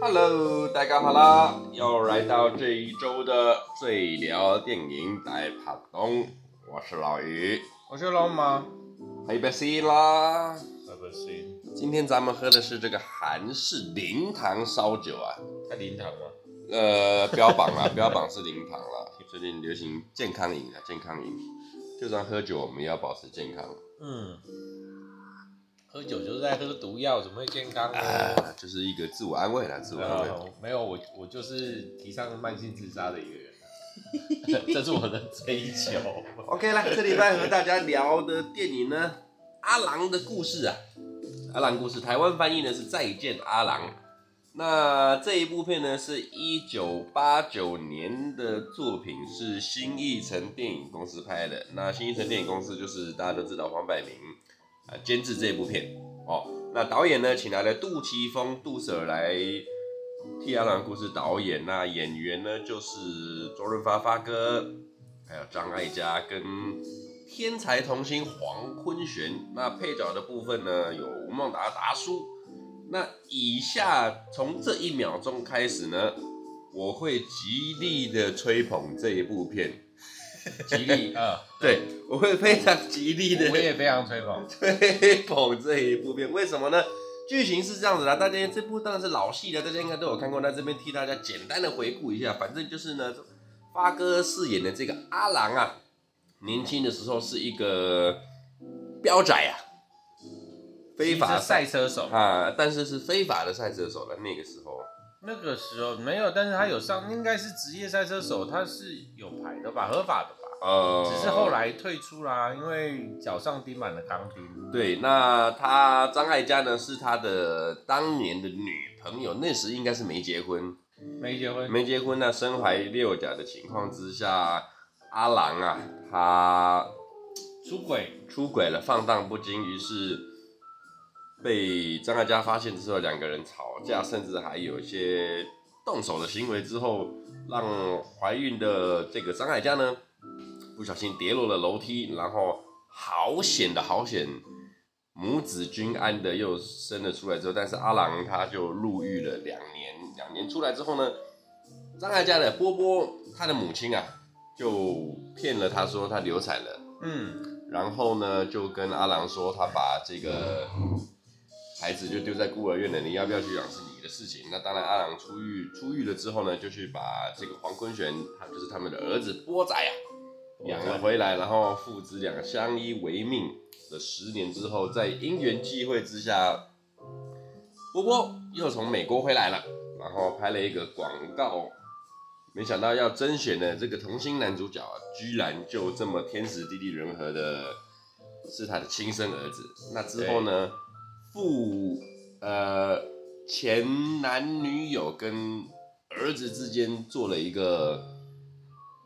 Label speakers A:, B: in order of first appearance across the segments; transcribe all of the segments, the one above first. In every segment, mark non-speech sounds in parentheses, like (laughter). A: Hello，大家好啦，又来到这一周的最聊电影大爬东，我是老于，
B: 我是老马，
A: 喝一杯 C 啦。
B: 喝不行，
A: 今天咱们喝的是这个韩式零糖烧酒啊，
B: 太灵堂了。
A: 呃，标榜啦，标榜是零糖啦。最近流行健康饮啊，健康饮，就算喝酒，我们也要保持健康
B: 嗯，喝酒就是在喝毒药，怎么会健康呢？
A: 啊，就是一个自我安慰啦，自我安慰。
B: 呃没有，我我就是提倡慢性自杀的一个 (laughs) 人，啊这是我的追求。
A: OK 啦，这礼拜和大家聊的电影呢，《阿郎的故事》啊，《阿郎故事》台湾翻译呢是《再见阿郎》。那这一部片呢，是一九八九年的作品，是新艺城电影公司拍的。那新艺城电影公司就是大家都知道黄百鸣啊、监制这部片哦。那导演呢，请来了杜琪峰、杜 Sir 来替阿郎故事导演。那演员呢，就是周润发发哥，还有张艾嘉跟天才童星黄坤玄。那配角的部分呢，有吴孟达达叔。那以下从这一秒钟开始呢，我会极力的吹捧这一部片，极力，
B: 啊，
A: 对我会非常极力的
B: 我也非常吹捧。
A: 吹捧这一部片，为什么呢？剧情是这样子啊啦，大家这部当然是老戏啊了，大家应该都有看过。那这边替大家简单的回顾一下，反正就是呢，发哥饰演的这个阿郎啊，年轻的时候是一个彪仔啊，非
B: 你
A: 法
B: 是赛车手，
A: 啊，但是是非法的赛车手了。那个时候，
B: 那个时候没有，但是他有上，应该是职业赛车手，他是有牌的吧，合法的吧。
A: 呃，
B: 只是后来退出啦，因为脚上钉满了钢钉。
A: 对，那他张艾嘉呢是他的当年的女朋友，那时应该是没结婚，
B: 没结婚，
A: 没结婚呢，身怀六甲的情况之下，阿郎啊，他
B: 出轨，
A: 出轨了，放荡不羁，于是被张艾嘉发现之后，两个人吵架，甚至还有一些动手的行为之后，让怀孕的这个张艾嘉呢，不小心跌落了楼梯，然后好险的好险，母子均安的又生了出来之后，但是阿郎他就入狱了两年，两年出来之后呢，张艾嘉的波波他的母亲啊，就骗了他说他流产了。
B: 嗯，
A: 然后呢，就跟阿郎说，他把这个孩子就丢在孤儿院了，你要不要去养是你的事情。那当然，阿郎出狱出狱了之后呢，就去把这个黄坤玄，他就是他们的儿子波仔啊，养了回来，然后父子俩相依为命的十年之后，在因缘际会之下，波波又从美国回来了，然后拍了一个广告。没想到要甄选的这个童星男主角啊，居然就这么天时地利人和的，是他的亲生儿子。那之后呢，父呃前男女友跟儿子之间做了一个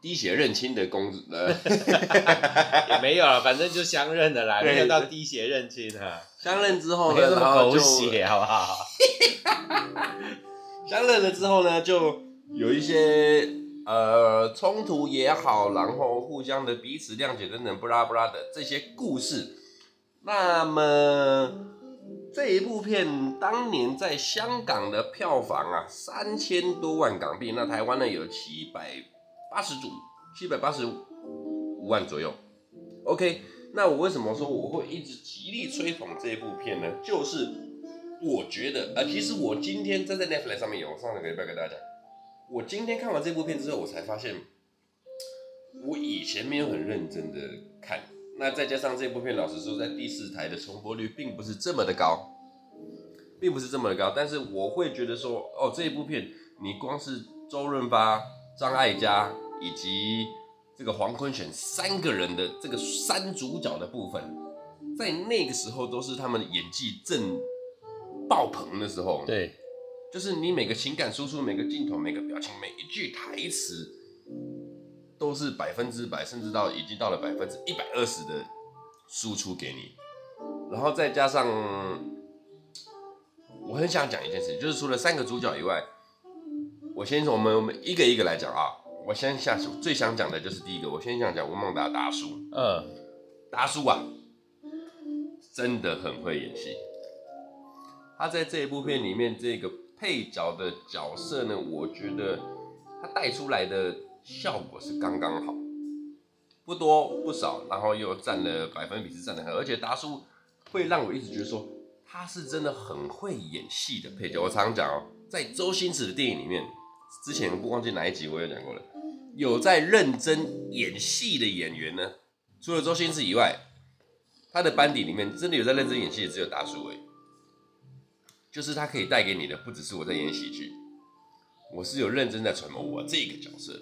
A: 滴血认亲的工
B: (laughs)
A: 呃
B: 也没有了，反正就相认的啦，
A: 对
B: 没有到滴血认亲啊，
A: 相认之后
B: 没有
A: 呢，
B: 那
A: 然
B: 么
A: 后
B: 狗
A: 就
B: 血，啊好不好？
A: 相认了之后呢，就有一些呃冲突也好，然后互相的彼此谅解等等，布拉布拉的这些故事。那么这一部片当年在香港的票房啊，三千多万港币，那台湾呢有七百八十组，七百八十五万左右。OK，那我为什么说我会一直极力吹捧这一部片呢？就是我觉得，呃，其实我今天站在 Netflix 上面有，我上个礼拜跟大家讲，我今天看完这部片之后，我才发现，我以前没有很认真的看。那再加上这部片，老实说，在第四台的重播率并不是这么的高，并不是这么的高。但是我会觉得说，哦，这一部片，你光是周润发、张艾嘉以及这个黄坤选三个人的这个三主角的部分，在那个时候都是他们演技正爆棚的时候。对
B: 对，
A: 就是你每个情感输出、每个镜头、每个表情、每一句台词，都是百分之百，甚至到已经到了百分之一百二十的输出给你，然后再加上，我很想讲一件事，就是除了三个主角以外，我先我们我们一个一个来讲啊。我先下手最想讲的就是第一个，我先想讲吴孟达达叔，
B: 嗯，
A: 达叔啊，真的很会演戏。他在这一部片里面，这个配角的角色呢，我觉得他带出来的效果是刚刚好，不多不少，然后又占了百分比是占的很好，而且达叔会让我一直觉得说他是真的很会演戏的配角。我常讲哦，在周星驰的电影里面，之前不忘记哪一集我有讲过了，有在认真演戏的演员呢，除了周星驰以外，他的班底里面真的有在认真演戏的只有达叔而已。就是他可以带给你的，不只是我在演喜剧，我是有认真在揣摩我这个角色。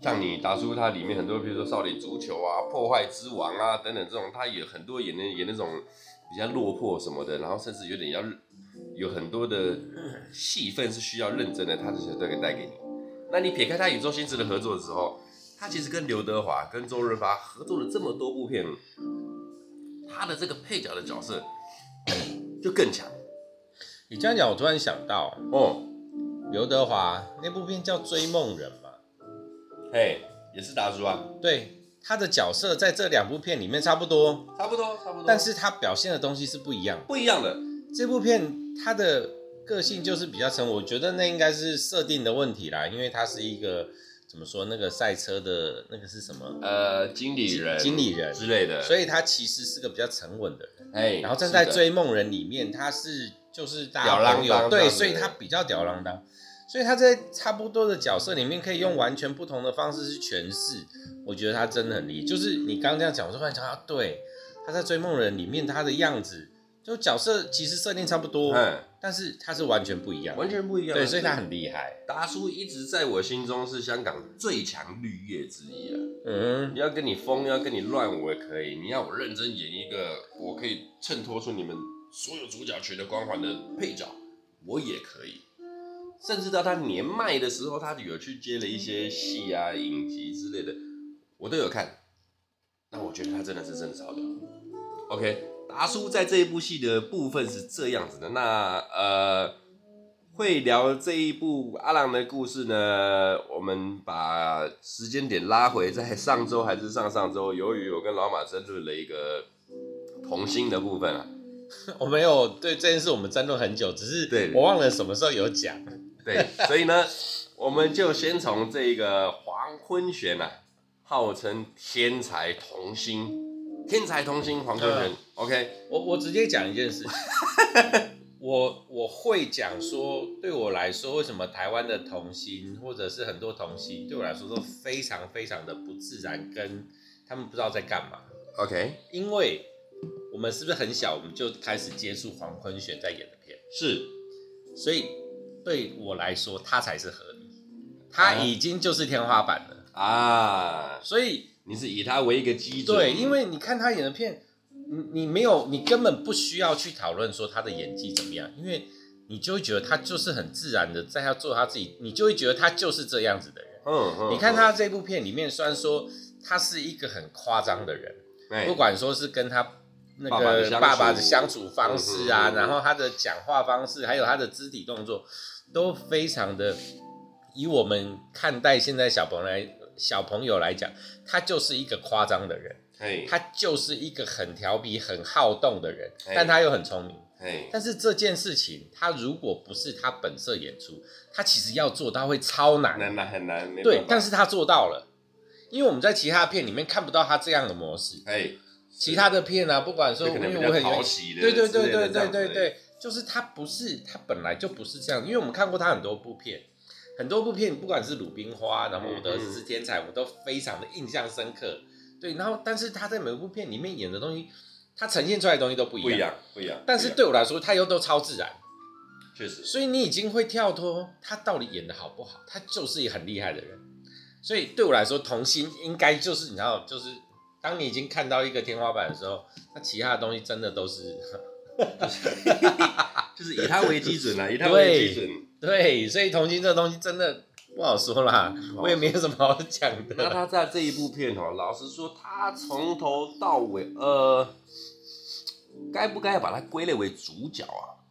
A: 像你达叔，他里面很多，比如说《少林足球》啊，《破坏之王啊》等等这种，他也很多演的演那种比较落魄什么的，然后甚至有点要有很多的戏份是需要认真的，他这些都可以带给你。那你撇开他与周星驰的合作的时候，他其实跟刘德华、跟周润发合作了这么多部片，他的这个配角的角色 (coughs) 就更强
B: 你这样讲，我突然想到
A: 哦。
B: 刘德华那部片叫《追梦人》嘛，
A: 嘿，也是达叔啊，
B: 对，他的角色在这两部片里面差不多，
A: 差不多，差不多，
B: 但是他表现的东西是不一样的。
A: 不一样的。
B: 这部片他的个性就是比较沉，我觉得那应该是设定的问题啦，因为他是一个怎么说那个赛车的那个是什么，
A: 呃，经理人、
B: 经理人
A: 之类的，
B: 所
A: 以，
B: 以他其实是个比较沉稳的人。
A: 哎，
B: 然后站在
A: 是的
B: 《追梦人》里面，他是就是大
A: 吊
B: 家
A: 郎
B: 朋
A: 当
B: 友对，
A: 这样子
B: 所以他比较吊儿郎当，所以他在差不多的角色里面可以用完全不同的方式去诠释。我觉得他真的很厉害，就是你刚刚这样讲，我就突然想到，啊对，他在《追梦人》里面他的样子，就角色其实设定差不多，
A: 嗯，
B: 但是他是完全不一样的，
A: 完全不一样。
B: 对，所以他很厉害。
A: 达叔一直在我心中是香港最强绿叶之一啊。
B: 嗯，
A: 你要跟你疯，要跟你乱，我也可以；你要我认真演一个，我可以衬托出你们所有主角群的光环的配角，我也可以。甚至到他年迈的时候，他有去接了一些戏啊、影集之类的，我都有看。那我觉得他真的是真的超屌。OK，达叔在这一部戏的部分是这样子的。那呃，会聊这一部阿郎的故事呢，我们把时间点拉回在上周还是上上周，由于我跟老马争论了一个童星的部分啊，
B: 嗯我没有对这件事我们争论很久，只是
A: 对
B: 我忘了什么时候有讲。 (laughs)
A: 对，所以呢，我们就先从这个黄坤玄啊，号称天才童星，天才童星黄坤玄、
B: 嗯
A: o k
B: 我我直接讲一件事，我我会讲说，对我来说，为什么台湾的童星或者是很多童星，对我来说都非常非常的不自然，跟他们不知道在干嘛。
A: OK，
B: 因为我们是不是很小，我们就开始接触黄坤玄在演的片，
A: 是
B: 所以对我来说，他才是合理，他已经就是天花板了。
A: 啊，
B: 所以
A: 你是以他为一个基准，
B: 对，因为你看他演的片，你你没有，你根本不需要去讨论说他的演技怎么样，因为你就会觉得他就是很自然的在他做他自己，你就会觉得他就是这样子的人。
A: 嗯嗯，
B: 你看他这部片里面，虽然说他是一个很夸张的人，
A: 哎
B: 不管说是跟他那
A: 爸爸的
B: 个
A: 相
B: 爸爸
A: 处
B: 的相处方式
A: 嗯
B: 啊，
A: 嗯嗯
B: 然后他的讲话方式，还有他的肢体动作，都非常的以我们看待现在小朋友来小朋友来讲，他就是一个夸张的人。
A: 哎
B: 他就是一个很调皮、很好动的人，
A: 哎
B: 但他又很聪明。
A: 哎
B: 但是这件事情，他如果不是他本色演出，他其实要做到会超难。
A: 很难难很难，没
B: 对
A: 办，法
B: 但是他做到了，因为我们在其他片里面看不到他这样的模式。
A: 哎，
B: 其他的片啊，不管说
A: 就
B: 因
A: 可能
B: 为
A: 比
B: 我
A: 较
B: 很
A: 讨喜的，
B: 对对
A: 之
B: 对
A: 类的
B: 对
A: 这
B: 对
A: 样子
B: 对，对，就是他不是他本来就不是这样，因为我们看过他很多部片，很多部片，不管是《鲁冰花》，然后《我的儿
A: 嗯
B: 子是天才》，我都非常的印象深刻。对，然后但是他在每部片里面演的东西，他呈现出来的东西都不一
A: 不一
B: 样。
A: 样不一样，
B: 但
A: 不一
B: 是
A: 样
B: 对我来说，他又都超自然，
A: 确实
B: 所以你已经会跳脱他到底演的好不好，他就是一个很厉害的人。所以对我来说，童星应该就是你知道，就是当你已经看到一个天花板的时候，那其他的东西真的都是
A: 就是以他为基准啊，以他为基准。 (laughs)
B: 对，所以同性这东西真的不好说
A: 嗯
B: 啦，我也没有什么好讲
A: 那
B: 的。
A: 他在这一部片哦，老实说，他从头到尾，呃，该不该把它归类为主角啊？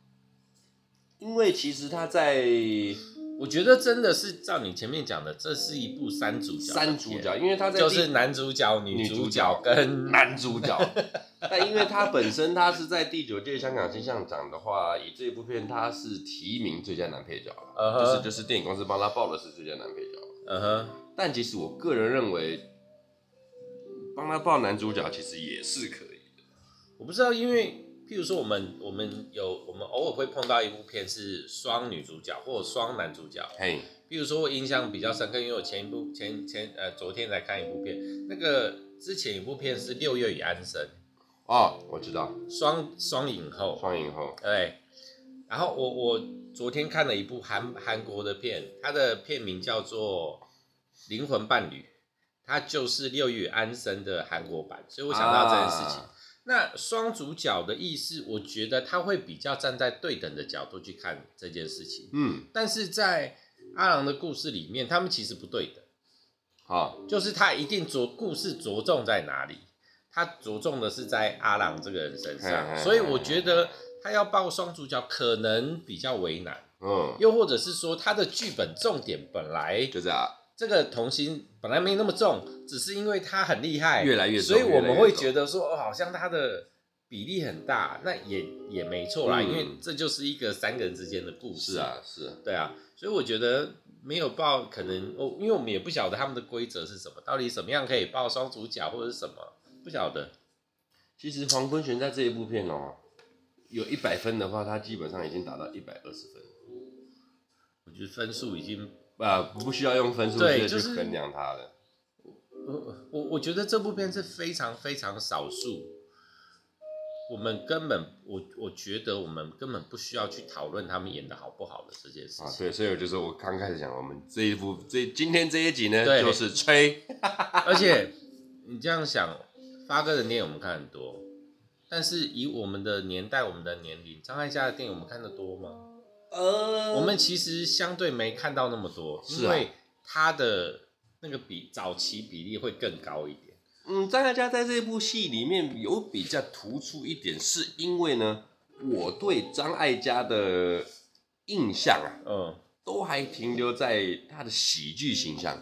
A: 因为其实他在
B: 我觉得真的是照你前面讲的，这是一部三主角的
A: 三主
B: 片，
A: 角，因为他在
B: 就
A: 第
B: 是男主角、女
A: 女
B: 主
A: 主
B: 角
A: 角
B: 跟
A: 男主角， (laughs) 但因为他本身他是在第九届香港金像奖的话，以这部片他是提名最佳男配角了，
B: 呃
A: 就是
B: 呵
A: 就是电影公司帮他报的是最佳男配角。
B: 嗯哼，
A: 但其实我个人认为，帮他报男主角其实也是可以的。
B: 我不知道，因为譬如说我们我们有我们偶尔会碰到一部片是双女主角或双男主角，
A: 嘿，
B: 譬如说我印象比较深刻，因为我前一部前前呃昨天才看一部片，那个之前一部片是《六月与安生
A: 哦，我知道，》，哦
B: 双双影后，
A: 双影后，
B: 对，然后我我昨天看了一部韩韩国的片，它的片名叫做《灵魂伴侣》，它就是六月安生的韩国版，所以我想到这件事情。
A: 啊
B: 那双主角的意思，我觉得他会比较站在对等的角度去看这件事情，
A: 嗯，
B: 但是在阿郎的故事里面，他们其实不对等。
A: 好，
B: 就是他一定着故事着重在哪里，他着重的是在阿朗这个人身
A: 嘿
B: 上，
A: 嘿
B: 所以我觉得他要报双主角可能比较为难，
A: 嗯，
B: 又或者是说他的剧本重点本来
A: 就这样，
B: 这个童心本来没那么重，只是因为他很厉害，
A: 越来越重
B: 所以我们
A: 越来
B: 会
A: 越重
B: 觉得说哦，好像他的。比例很大，那也也没错啦，
A: 嗯
B: 因为这就是一个三个人之间的故事
A: 是啊，是啊，
B: 对啊，所以我觉得没有报可能哦，因为我们也不晓得他们的规则是什么，到底怎么样可以报双主角或者是什么，不晓得。
A: 其实黄坤玄在这一部片哦，有一百分的话，他基本上已经达到一百二十分了。
B: 我觉得分数已经，
A: 啊，不需要用分数
B: 对
A: 去
B: 就
A: 去
B: 是
A: 衡量它的。
B: 我我我觉得这部片是非常非常少数，我们根本我我觉得我们根本不需要去讨论他们演的好不好的这件事
A: 啊，
B: 情，
A: 对，所以我就说我刚开始讲，我们这一部这今天这一集呢，
B: 对
A: 就是吹，
B: 而且你这样想，发哥的电影我们看很多，但是以我们的年代、我们的年龄，张艾嘉的电影我们看的多吗？
A: 呃
B: 我们其实相对没看到那么多，
A: 是
B: 因
A: 啊
B: 为它的那个比早期比例会更高一点。
A: 嗯，张艾嘉在这部戏里面有比较突出一点，是因为呢，我对张艾嘉的印象啊，
B: 嗯，
A: 都还停留在他的喜剧形象。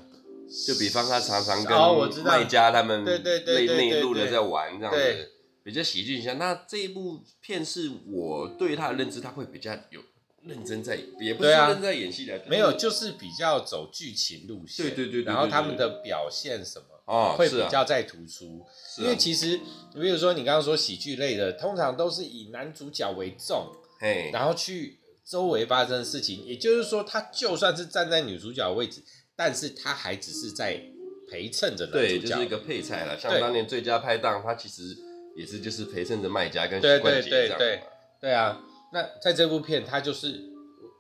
A: 就比方他常常
B: 哦我知
A: 跟
B: 道
A: 卖家他们
B: 对对对
A: 内
B: 对对
A: 内陆的
B: 对
A: 在玩这样
B: 对
A: 子，比较喜剧形象。那这一部片是我对他的认知，他会比较有认真在，也不是
B: 对啊
A: 认真在演戏的，
B: 没有，就是比较走剧情路线，
A: 对对对对
B: 然后他们的表现什么
A: 哦，
B: 会
A: 是
B: 比
A: 啊，
B: 较在突出，
A: 是
B: 因为
A: 啊，
B: 其实比如说你刚刚说喜剧类的，通常都是以男主角为重，
A: 嘿，
B: 然后去周围发生的事情，也就是说，他就算是站在女主角的位置，但是他还只是在陪衬着男主角，
A: 对，就是一个配菜了。像
B: 对
A: 当年最佳拍档，他其实也是就是陪衬着卖家跟
B: 对
A: 许冠杰这
B: 对对
A: 样
B: 对
A: 嘛。
B: 对啊，那在这部片，他就是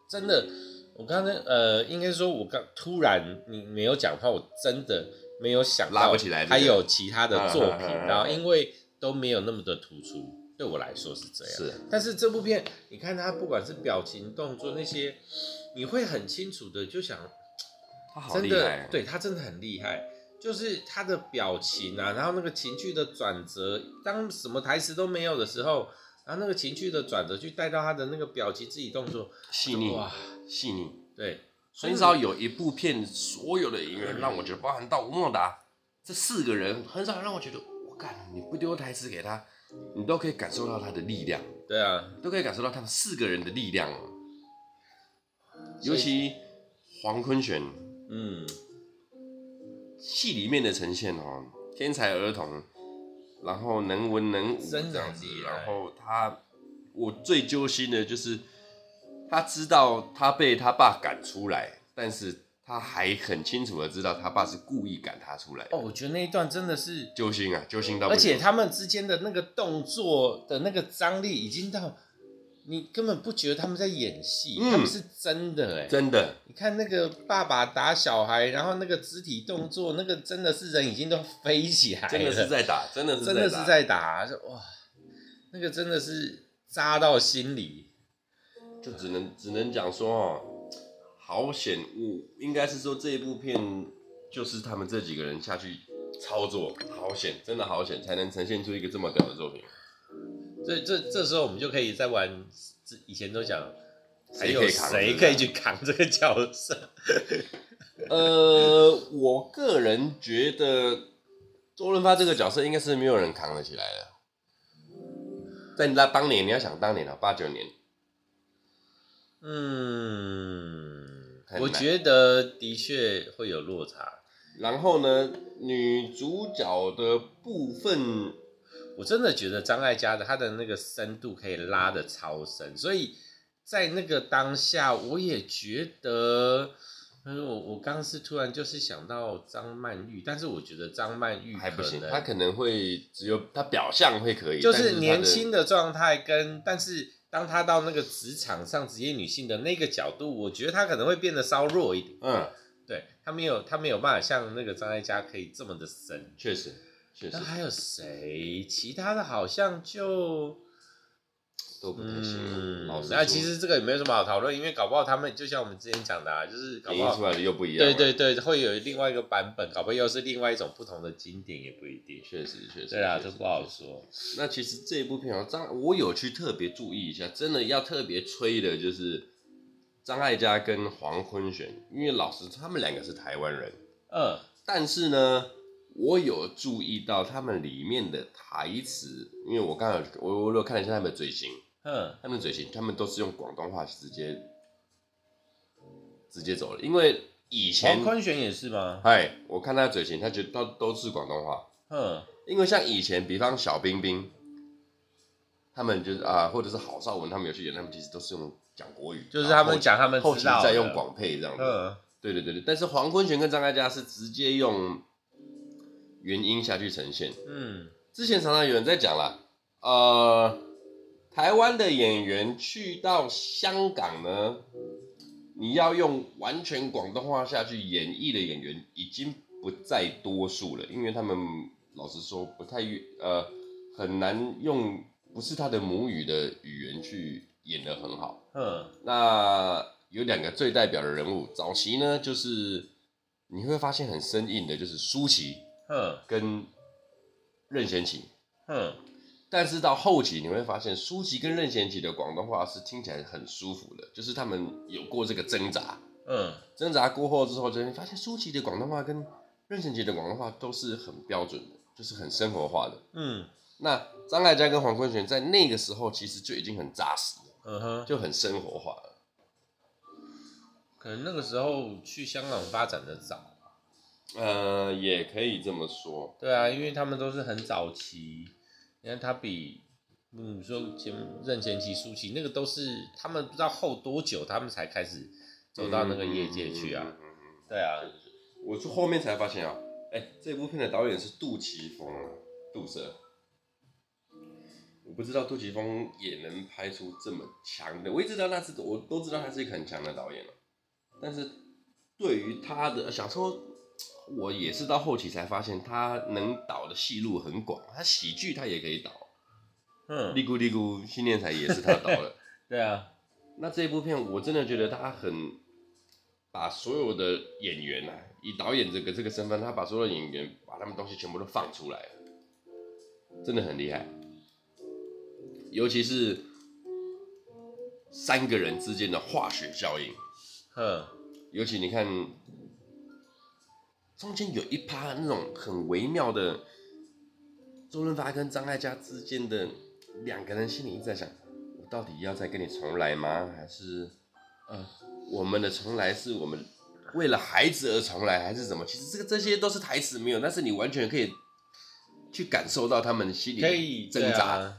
B: 真的，我刚才呃，应该说，我刚突然你没有讲话，我真的没有想到
A: 拉不起来对不
B: 还
A: 对
B: 有其他的作品，
A: 啊啊啊啊啊
B: 然后因为都没有那么的突出，对我啊来说是这样。
A: 是
B: 但是这部片，你看他不管是表情、动作那些，你会很清楚的就想，
A: 他好
B: 真
A: 厉害
B: 的
A: 啊，，
B: 对他真的很厉害，就是他的表情啊，然后那个情绪的转折，当什么台词都没有的时候，然后那个情绪的转折去带到他的那个表情、肢体动作，
A: 细腻
B: 哇，
A: 细腻。
B: 对，
A: 很少有一部片所有的演员让我觉得，包含到吴孟达这四个人，很少让我觉得，我干，你不丢台词给他，你都可以感受到他的力量，
B: 对啊，
A: 都可以感受到他们四个人的力量哦。
B: 所以
A: 尤其黄坤玄
B: 嗯，
A: 戏里面的呈现哦，天才儿童，然后能文能武
B: 真的
A: 这样子
B: 很厉，害
A: 然后他，我最揪心的就是他知道他被他爸赶出来，但是他还很清楚的知道他爸是故意赶他出来的，
B: 哦，我觉得那一段真的是，
A: 揪心啊，揪心到不
B: 而且
A: 行
B: 他们之间的那个动作的那个张力已经到。你根本不觉得他们在演戏，
A: 嗯
B: 他们是真的哎、
A: 真的
B: 你看那个爸爸打小孩，然后那个肢体动作，那个真的是人已经都飞起来了，
A: 真的是在打，真的是
B: 真的
A: 打
B: 是在打，就哇，那个真的是扎到心里。
A: 就只能只能讲说哦，好险，我应该是说这一部片就是他们这几个人下去操作，好险，真的好险，才能呈现出一个这么屌的作品。
B: 这这这时候我们就可以再玩，以前都讲还
A: 谁
B: 有
A: 可以扛？
B: 谁可以去？扛这个角色？
A: (laughs) 呃，我个人觉得周润发这个角色应该是没有人扛得起来的。在那当年，你要想当年啊，八九年，
B: 嗯
A: 很，难
B: 我觉得的确会有落差。
A: 然后呢，女主角的部分，
B: 我真的觉得张艾嘉的她的那个深度可以拉的超深，所以在那个当下，我也觉得，嗯，我我刚是突然就是想到张曼玉，但是我觉得张曼玉
A: 还不行，
B: 可能
A: 她可能会只有她表象会可以，
B: 就
A: 但是
B: 是
A: 她
B: 年
A: 的
B: 轻的状态跟，但是当她到那个职场上职业女性的那个角度，我觉得她可能会变得稍弱一点。
A: 嗯，
B: 对她没有，她没有办法像那个张艾嘉可以这么的深。
A: 确实确实
B: 那还有谁？其他的好像就
A: 都不太行。啊
B: 嗯
A: 老，实
B: 那
A: 说，
B: 其实这个也没有什么好讨论，因为搞不好他们就像我们之前讲的、啊，就是搞
A: 演
B: 不
A: 绎出
B: 好
A: 来的又不一样
B: 对
A: 了。
B: 对对，会有另外一个版本，搞不好又是另外一种不同的经典，也不一定。
A: 确实确实，
B: 对啊，
A: 确
B: 这
A: 实
B: 不好。说。
A: 那其实这一部片啊，张我有去特别注意一下，真的要特别吹的就是张艾嘉跟黄坤玄，因为老实说他们两个是台湾人，
B: 嗯，
A: 但是呢，我有注意到他们里面的台词，因为我刚好我我有看了一下他们的嘴型，
B: 嗯，
A: 他们的嘴型他们都是用广东话直接直接走了，因为以前
B: 黄坤玄哦也是吗？
A: 哎，我看他的嘴型，他觉得都都是广东话。
B: 嗯，
A: 因为像以前，比方小冰冰，他们就是啊、或者是郝邵文，他们有去演，他们其实都是用讲国语，
B: 就是
A: 然
B: 他
A: 后
B: 们讲他们
A: 后
B: 知
A: 期
B: 道的
A: 再用。广配这样子。
B: 嗯，
A: 对对对对，但是黄坤玄跟张艾嘉是直接用原音下去呈现。
B: 嗯，
A: 之前常常有人在讲啦，呃，台湾的演员去到香港呢，你要用完全广东话下去演绎的演员已经不在多数了，因为他们老实说不太愿呃很难用不是他的母语的语言去演得很好。
B: 嗯，
A: 那有两个最代表的人物，早期呢就是你会发现很生硬的，就是舒淇
B: 嗯，
A: 跟任贤齐。
B: 嗯，
A: 但是到后期你会发现，舒淇跟任贤齐的广东话是听起来很舒服的，就是他们有过这个挣扎，
B: 嗯，
A: 挣扎过后之后，就会发现舒淇的广东话跟任贤齐的广东话都是很标准的，就是很生活化的。
B: 嗯，
A: 那张艾嘉跟黄坤玄在那个时候其实就已经很扎实了，
B: 嗯哼，
A: 就很生活化了。
B: 可能那个时候去香港发展的早。啊
A: 呃，也可以这么说，
B: 对啊，因为他们都是很早期，你看他比，嗯，你说前任贤齐、舒淇那个都是他们不知道后多久，他们才开始走到那个业界去啊。
A: 嗯。嗯嗯嗯嗯
B: 对啊，
A: 我是后面才发现啊，哎、这部片的导演是杜琪峰啊，杜蛇。我不知道杜琪峰也能拍出这么强的，我一直知道那是我都知道他是一个很强的导演了、但是对于他的想说，我也是到后期才发现他能导的戏路很广，他喜剧他也可以导，
B: 嗯，
A: 利咕利咕新念才也是他导的，
B: 对啊，
A: 那这部片我真的觉得他很把所有的演员啊，以导演这个这个身份，他把所有的演员把他们东西全部都放出来了，真的很厉害。尤其是三个人之间的化学效应，
B: 嗯，
A: 尤其你看中间有一趴那种很微妙的周润发跟张艾嘉之间的两个人心里一直在想，我到底要再跟你重来吗？还是
B: 嗯
A: 呃，我们的重来是我们为了孩子而重来，还是什么？其实这个这些都是台词没有，但是你完全可以去感受到他们心里
B: 可以
A: 的挣
B: 对
A: 扎。
B: 啊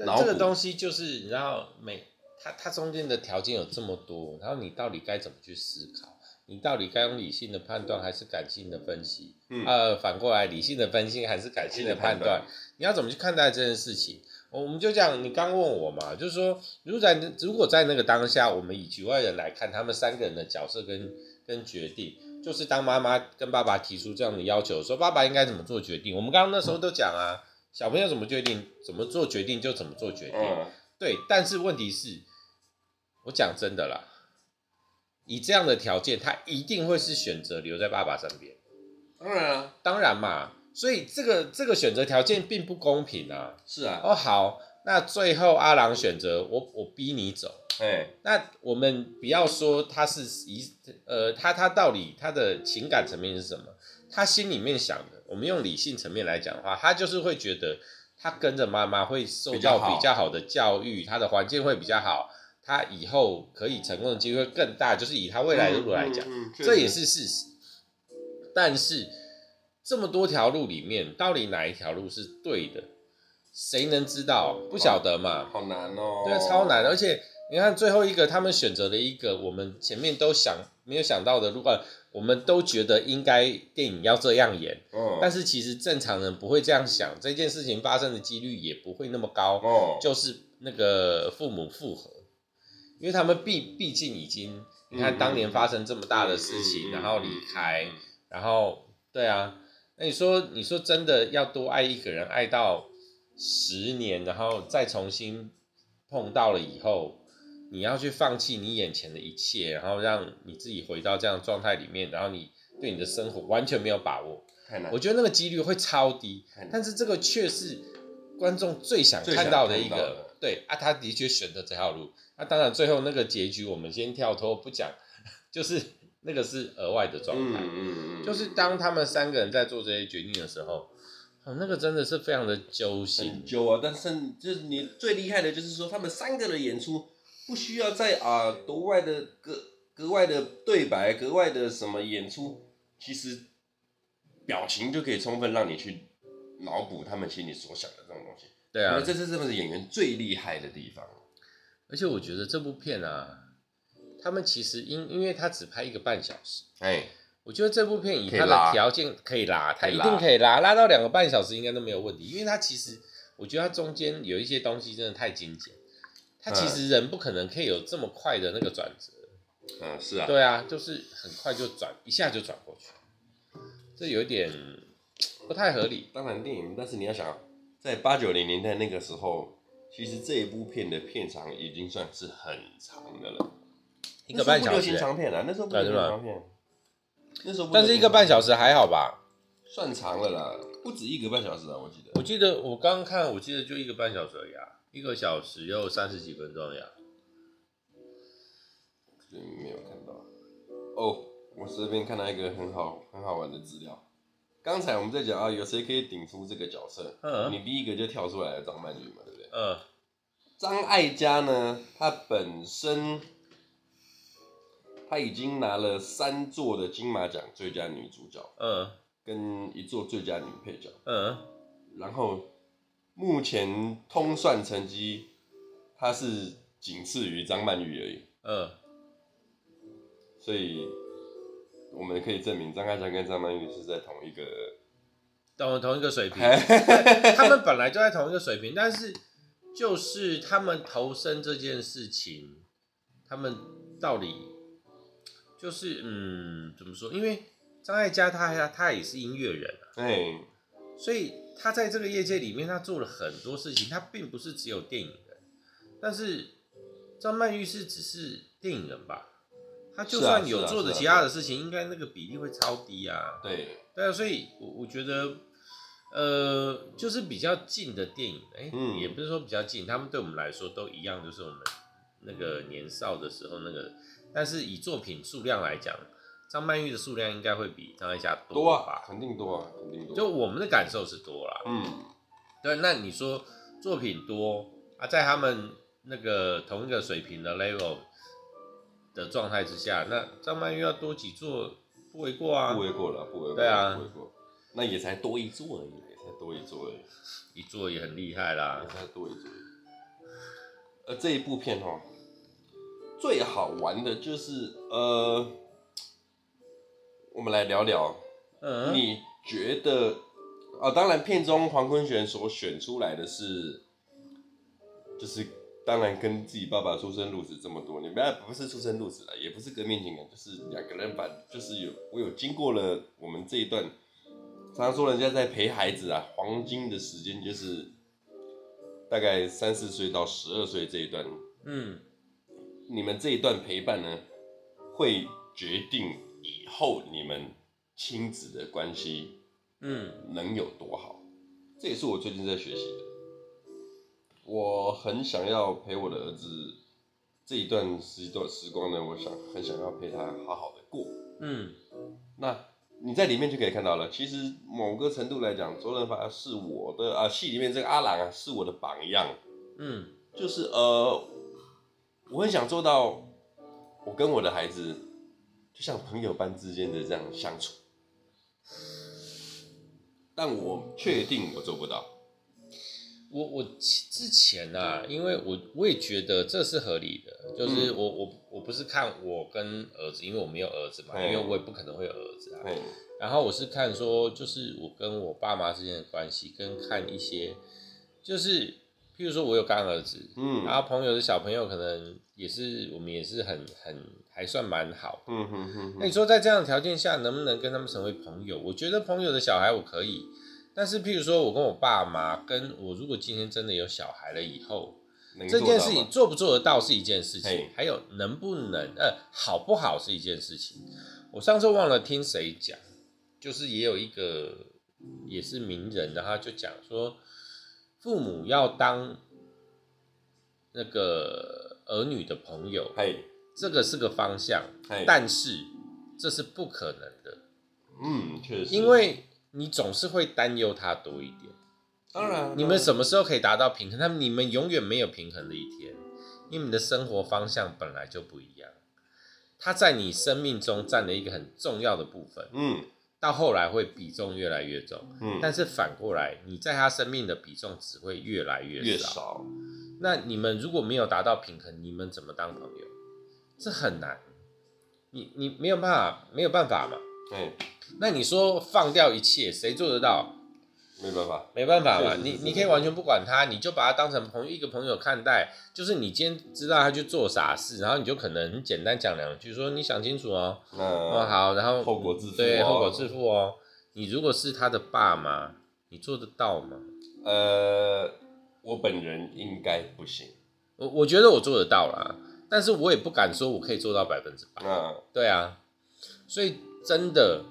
B: 但
A: 脑补
B: 这个东西就是你知道每它它中间的条件有这么多，然后你到底该怎么去思考？你到底该用理性的判断还是感性的分析？
A: 嗯
B: 呃，反过来理性的分析还是感性的判断？你要怎么去看待这件事情？我我们就这样，你刚问我嘛，就是说，如果在如果在那个当下，我们以局外人来看，他们三个人的角色跟跟决定，就是当妈妈跟爸爸提出这样的要求的时候，说爸爸应该怎么做决定？我们刚刚那时候都讲啊，小朋友怎么决定，怎么做决定就怎么做决定。
A: 嗯，
B: 对，但是问题是，我讲真的啦，以这样的条件，他一定会是选择留在爸爸身边。
A: 当然啊，
B: 当然嘛，所以这个这个选择条件并不公平啊。
A: 是啊，
B: 哦，好，那最后阿郎选择我，我逼你走。
A: 哎，
B: 那我们不要说他是一呃，他他到底他的情感层面是什么？他心里面想的，我们用理性层面来讲的话，他就是会觉得他跟着妈妈会受
A: 比较
B: 到
A: 好
B: 比较好的教育，他的环境会比较好，他以后可以成功的机会更大，就是以他未来的路来讲，
A: 嗯，嗯嗯确实
B: 这也是事实。但是这么多条路里面，到底哪一条路是对的？谁能知道？不晓得嘛。
A: 好难哦，
B: 对，啊超难的。而且你看最后一个，他们选择了一个我们前面都想没有想到的路，呃，我们都觉得应该电影要这样演，
A: 嗯，
B: 但是其实正常人不会这样想，这件事情发生的几率也不会那么高，
A: 哦，
B: 就是那个父母复合，因为他们毕毕竟已经，你看当年发生这么大的事
A: 嗯嗯
B: 情，
A: 嗯嗯
B: 然后离开，
A: 嗯
B: 然后对啊，那你说你说真的要多爱一个人，爱到十年，然后再重新碰到了以后，你要去放弃你眼前的一切，然后让你自己回到这样的状态里面，然后你对你的生活完全没有把握，
A: 太难
B: 我，觉得那个几率会超低
A: 嗯太难，
B: 但是这个却是观众最想
A: 最想
B: 看到的一
A: 看到的
B: 个，对啊，他的确选择这条路，那当然最后那个结局我们先跳脱不讲， (laughs) 就是那个是额外的状
A: 嗯
B: 态。
A: 嗯嗯，
B: 就是当他们三个人在做这些决定的时候，啊，那个真的是非常的揪
A: 很
B: 心。
A: 久啊，但是就是你最厉害的就是说，他们三个人演出不需要再啊、格外的格格外的对白，格外的什么演出，其实表情就可以充分让你去脑补他们心里所想的这种东西。
B: 对
A: 我觉
B: 啊
A: 得，这是这是演员最厉害的地方。
B: 而且我觉得这部片啊，他们其实因因为他只拍一个半小时，
A: 哎，
B: 我觉得这部片以
A: 可以
B: 他
A: 拉
B: 的条件可以拉，他
A: 可以
B: 一
A: 拉
B: 定可以拉，拉到两个半小时应该都没有问题，因为他其实我觉得他中间有一些东西真的太精简，他其实人不可能可以有这么快的那个转折。
A: 嗯，是啊，
B: 对啊，就是很快就转，一下就转过去，这有点不太合理。
A: 当然电影，但是你要想，在八九零年代那个时候，其实这一部片的片长已经算是很长的了，
B: 一个半
A: 那时候不流
B: 小时
A: 行
B: 欸、
A: 长片啊，那时候不流行
B: 对是吧
A: 长片，那时候不啊
B: 但
A: 流
B: 是一
A: 行
B: 个半
A: 长片
B: 小时还好吧？
A: 算长了啦，不止一个半小时啊，我记得。
B: 我记得我刚刚看，我记得就一个半小时而已啊，一个小时又三十几分钟啊呀、
A: 嗯没有看到。哦，我这边看到一个很好很好玩的资料。刚才我们在讲啊，有谁可以顶出这个角色？
B: 嗯
A: 你第一个就跳出来了张曼玉嘛，对不对？
B: 嗯
A: 张艾嘉呢，她本身她已经拿了三座的金马奖最佳女主角，
B: 嗯
A: 跟一座最佳女配角。
B: 嗯，
A: 然后目前通算成绩，她是仅次于张曼玉而已。
B: 嗯，
A: 所以我们可以证明张开强跟张曼玉是在同一个。
B: 同同一个水平，他们本来就在同一个水平，但是就是他们投身这件事情，他们到底就是嗯怎么说？因为张艾嘉他他也是音乐人啊
A: 哎，
B: 所以他在这个业界里面，他做了很多事情，他并不是只有电影人，但是张曼玉是只是电影人吧？他就是
A: 啊
B: 算
A: 是
B: 有
A: 啊
B: 做
A: 是
B: 的
A: 啊
B: 其他的事情，应该那个比例会超低啊。
A: 对，
B: 对啊，所以我我觉得，呃，就是比较近的电影，哎、
A: 嗯
B: 也不是说比较近，他们对我们来说都一样，就是我们那个年少的时候那个，但是以作品数量来讲，张曼玉的数量应该会比张艾嘉
A: 多
B: 多
A: 啊，
B: 吧？
A: 肯定多啊，肯定多。
B: 就我们的感受是多啦，
A: 嗯，
B: 对，那你说作品多啊，在他们那个同一个水平的 level 的状态之下，那张曼玉要多几座不为过啊
A: 不，为过了，不为过，
B: 对啊
A: 不为过。那也才多一座而已，也才多一座而已，
B: 一座也很厉害啦
A: 也。才多一座而已。呃，这一部片哦，最好玩的就是呃，我们来聊聊
B: 嗯，
A: 你觉得啊、当然片中黄坤玄所选出来的是，就是当然跟自己爸爸出生入死这么多年，不要不是出生入死了，也不是革命情感，就是两个人反就是有我有经过了我们这一段，常常说人家在陪孩子啊，黄金的时间就是大概三四岁到十二岁这一段，
B: 嗯，
A: 你们这一段陪伴呢，会决定以后你们亲子的关系
B: 嗯，
A: 能有多好，这也是我最近在学习的。我很想要陪我的儿子这一段时段时光呢，我想很想要陪他好好的过。
B: 嗯，
A: 那你在里面就可以看到了，其实某个程度来讲，周润发是我的啊，戏里面这个阿郎啊是我的榜样，
B: 嗯，
A: 就是呃，我很想做到，我跟我的孩子就像朋友般之间的这样相处，但我确定我做不到。
B: 我我其之前啊，因为我我也觉得这是合理的，就是我、我我不是看我跟儿子，因为我没有儿子嘛，
A: 嗯
B: 因为我也不可能会有儿子啊。
A: 哎，
B: 然后我是看说，就是我跟我爸妈之间的关系，跟看一些，就是譬如说我有干儿子，
A: 嗯，
B: 然后朋友的小朋友可能也是我们也是很很还算蛮好的。
A: 嗯哼哼
B: 那你
A: 哼，
B: 说在这样的条件下，能不能跟他们成为朋友？我觉得朋友的小孩我可以，但是譬如说我跟我爸妈，跟我如果今天真的有小孩了以后，
A: 能
B: 这
A: 做
B: 件
A: 到
B: 事情
A: 吗，
B: 做不做得到是一件事情
A: 嘿，
B: 还有能不能呃好不好是一件事情。我上次忘了听谁讲，就是也有一个也是名人，然后他就讲说，父母要当那个儿女的朋友，
A: 嘿，
B: 这个是个方向，
A: 嘿，
B: 但是这是不可能的，
A: 嗯，确实，
B: 因为你总是会担忧他多一点。
A: 当然
B: 你们什么时候可以达到平衡？他们你们永远没有平衡的一天，因为你的生活方向本来就不一样。它在你生命中占了一个很重要的部分，
A: 嗯
B: 到后来会比重越来越重。
A: 嗯，
B: 但是反过来，你在他生命的比重只会越来越少。
A: 越少，
B: 那你们如果没有达到平衡，你们怎么当朋友？这很难，你你没有办法，没有办法嘛。
A: 哎，
B: 那你说放掉一切，谁做得到？
A: 没办法，
B: 没办法嘛，
A: 确实是
B: 你
A: 这样
B: 你可以完全不管他，你就把他当成朋友一个朋友看待，就是你今天知道他去做傻事，然后你就可能很简单讲两句，说你想清楚哦，哦
A: 那
B: 好，然后
A: 嗯后果自负
B: 对
A: 哦
B: 后果自负哦，你如果是他的爸妈，你做得到吗？
A: 呃，我本人应该不行，
B: 我我觉得我做得到啦，但是我也不敢说我可以做到百分之百，
A: 那
B: 对啊，所以真的，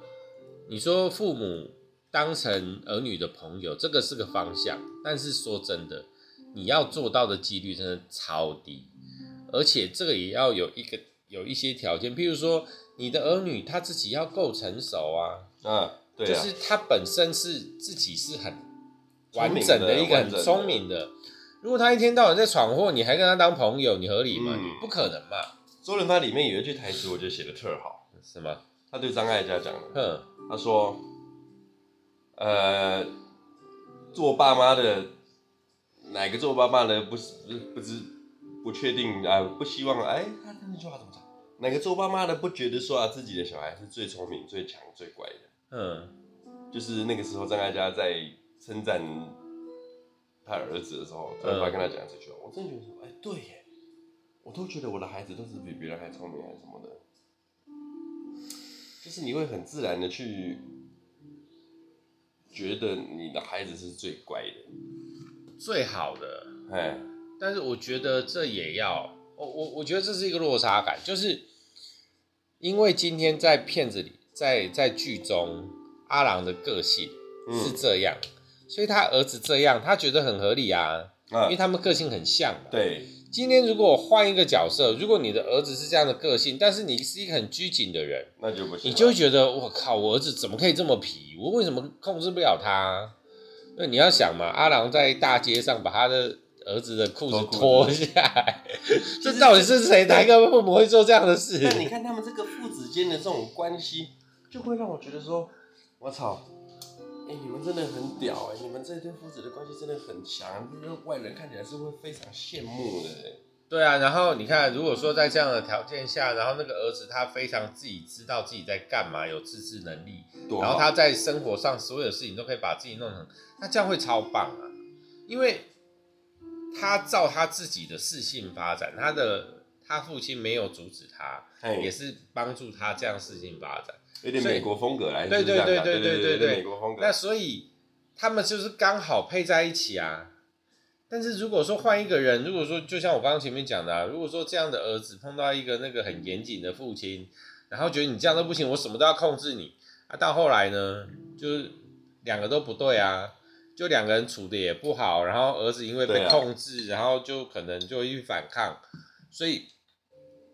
B: 你说父母当成儿女的朋友，这个是个方向，但是说真的，你要做到的几率真的超低，而且这个也要有一个有一些条件，譬如说你的儿女他自己要够成熟啊，
A: 啊，对
B: 就
A: 啊，
B: 是他本身是自己是很
A: 聪
B: 完
A: 明的
B: 整的一个
A: 完
B: 很
A: 整的
B: 聪明的。如果他一天到晚在闯祸，你还跟他当朋友，你合理吗？
A: 嗯
B: 你不可能嘛，
A: 周润发里面有一句台词，我觉得写的特好，
B: 是吗？
A: 他对张艾嘉讲的，
B: 哼，
A: 他说，呃，做爸妈的哪个做爸妈的不是不是不知不确定啊、不希望哎，他那句话怎么讲？哪个做爸妈的不觉得说啊自己的小孩是最聪明、最强、最乖的？
B: 嗯。
A: 就是那个时候张艾嘉在称赞他儿子的时候，周润发跟他讲这句话，我真的觉得说，哎，对耶，我都觉得我的孩子都是比别人还聪明还是什么的，就是你会很自然的去觉得你的孩子是最乖的，
B: 最好的，
A: 哎，
B: 但是我觉得这也要，我我我觉得这是一个落差感，就是因为今天在片子里，在在剧中，阿郎的个性
A: 嗯
B: 是这样，所以他儿子这样，他觉得很合理啊，因
A: 啊
B: 为，他们个性很像嘛。，
A: 对，
B: 今天如果我换一个角色，如果你的儿子是这样的个性，但是你是一个很拘谨的人，
A: 那就不行了，
B: 你就会觉得我靠，我儿子怎么可以这么皮？我为什么控制不了他？那你要想嘛，阿郎在大街上把他的儿子的裤子
A: 脱
B: 脱
A: 裤
B: 下来，这到底是谁？哪一个父母会做这样的事？
A: (laughs) 但你看他们这个父子间的这种关系，就会让我觉得说，我操，哎、你们真的很屌哎、你们这对父子的关系真的很强，就是外人看起来是会非常羡慕的、哎
B: 对啊，然后你看，如果说在这样的条件下，然后那个儿子他非常自己知道自己在干嘛，有自制能力，
A: 多
B: 然后
A: 好
B: 他在生活上所有的事情都可以把自己弄成，那这样会超棒啊！因为他照他自己的事性发展，他的他父亲没有阻止他，
A: 哎
B: 也是帮助他这样事情发展。
A: 有点美国风格来，
B: 所以
A: 是不是这样
B: 对对
A: 讲
B: 对对
A: 对
B: 对
A: 对，
B: 对
A: 美国风格。
B: 那所以他们就是刚好配在一起啊。但是如果说换一个人，如果说就像我刚刚前面讲的、啊，如果说这样的儿子碰到一个那个很严谨的父亲，然后觉得你这样都不行，我什么都要控制你啊，到后来呢，就是两个都不对啊。就两个人处的也不好，然后儿子因为
A: 对
B: 被
A: 啊
B: 控制，然后就可能就一反抗，所以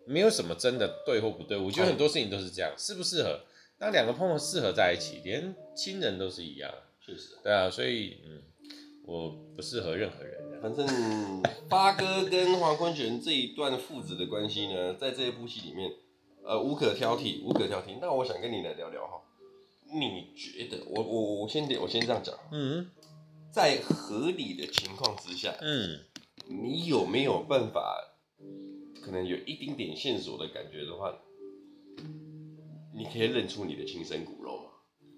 B: 没有什么真的对或不对。我觉得
A: 哦
B: 很多事情都是这样，适不适合，当两个朋友适合在一起，连亲人都是一样。
A: 确实，
B: 对啊，所以嗯，我不适合任何人。
A: 反正八哥跟黄坤玄这一段父子的关系呢，在这一部戏里面，呃，无可挑剔，无可挑剔。那我想跟你来聊聊哈，你觉得我我我先我先这样讲，
B: 嗯
A: 在合理的情况之下，
B: 嗯，
A: 你有没有办法，可能有一丁点线索的感觉的话，你可以认出你的亲生骨肉吗？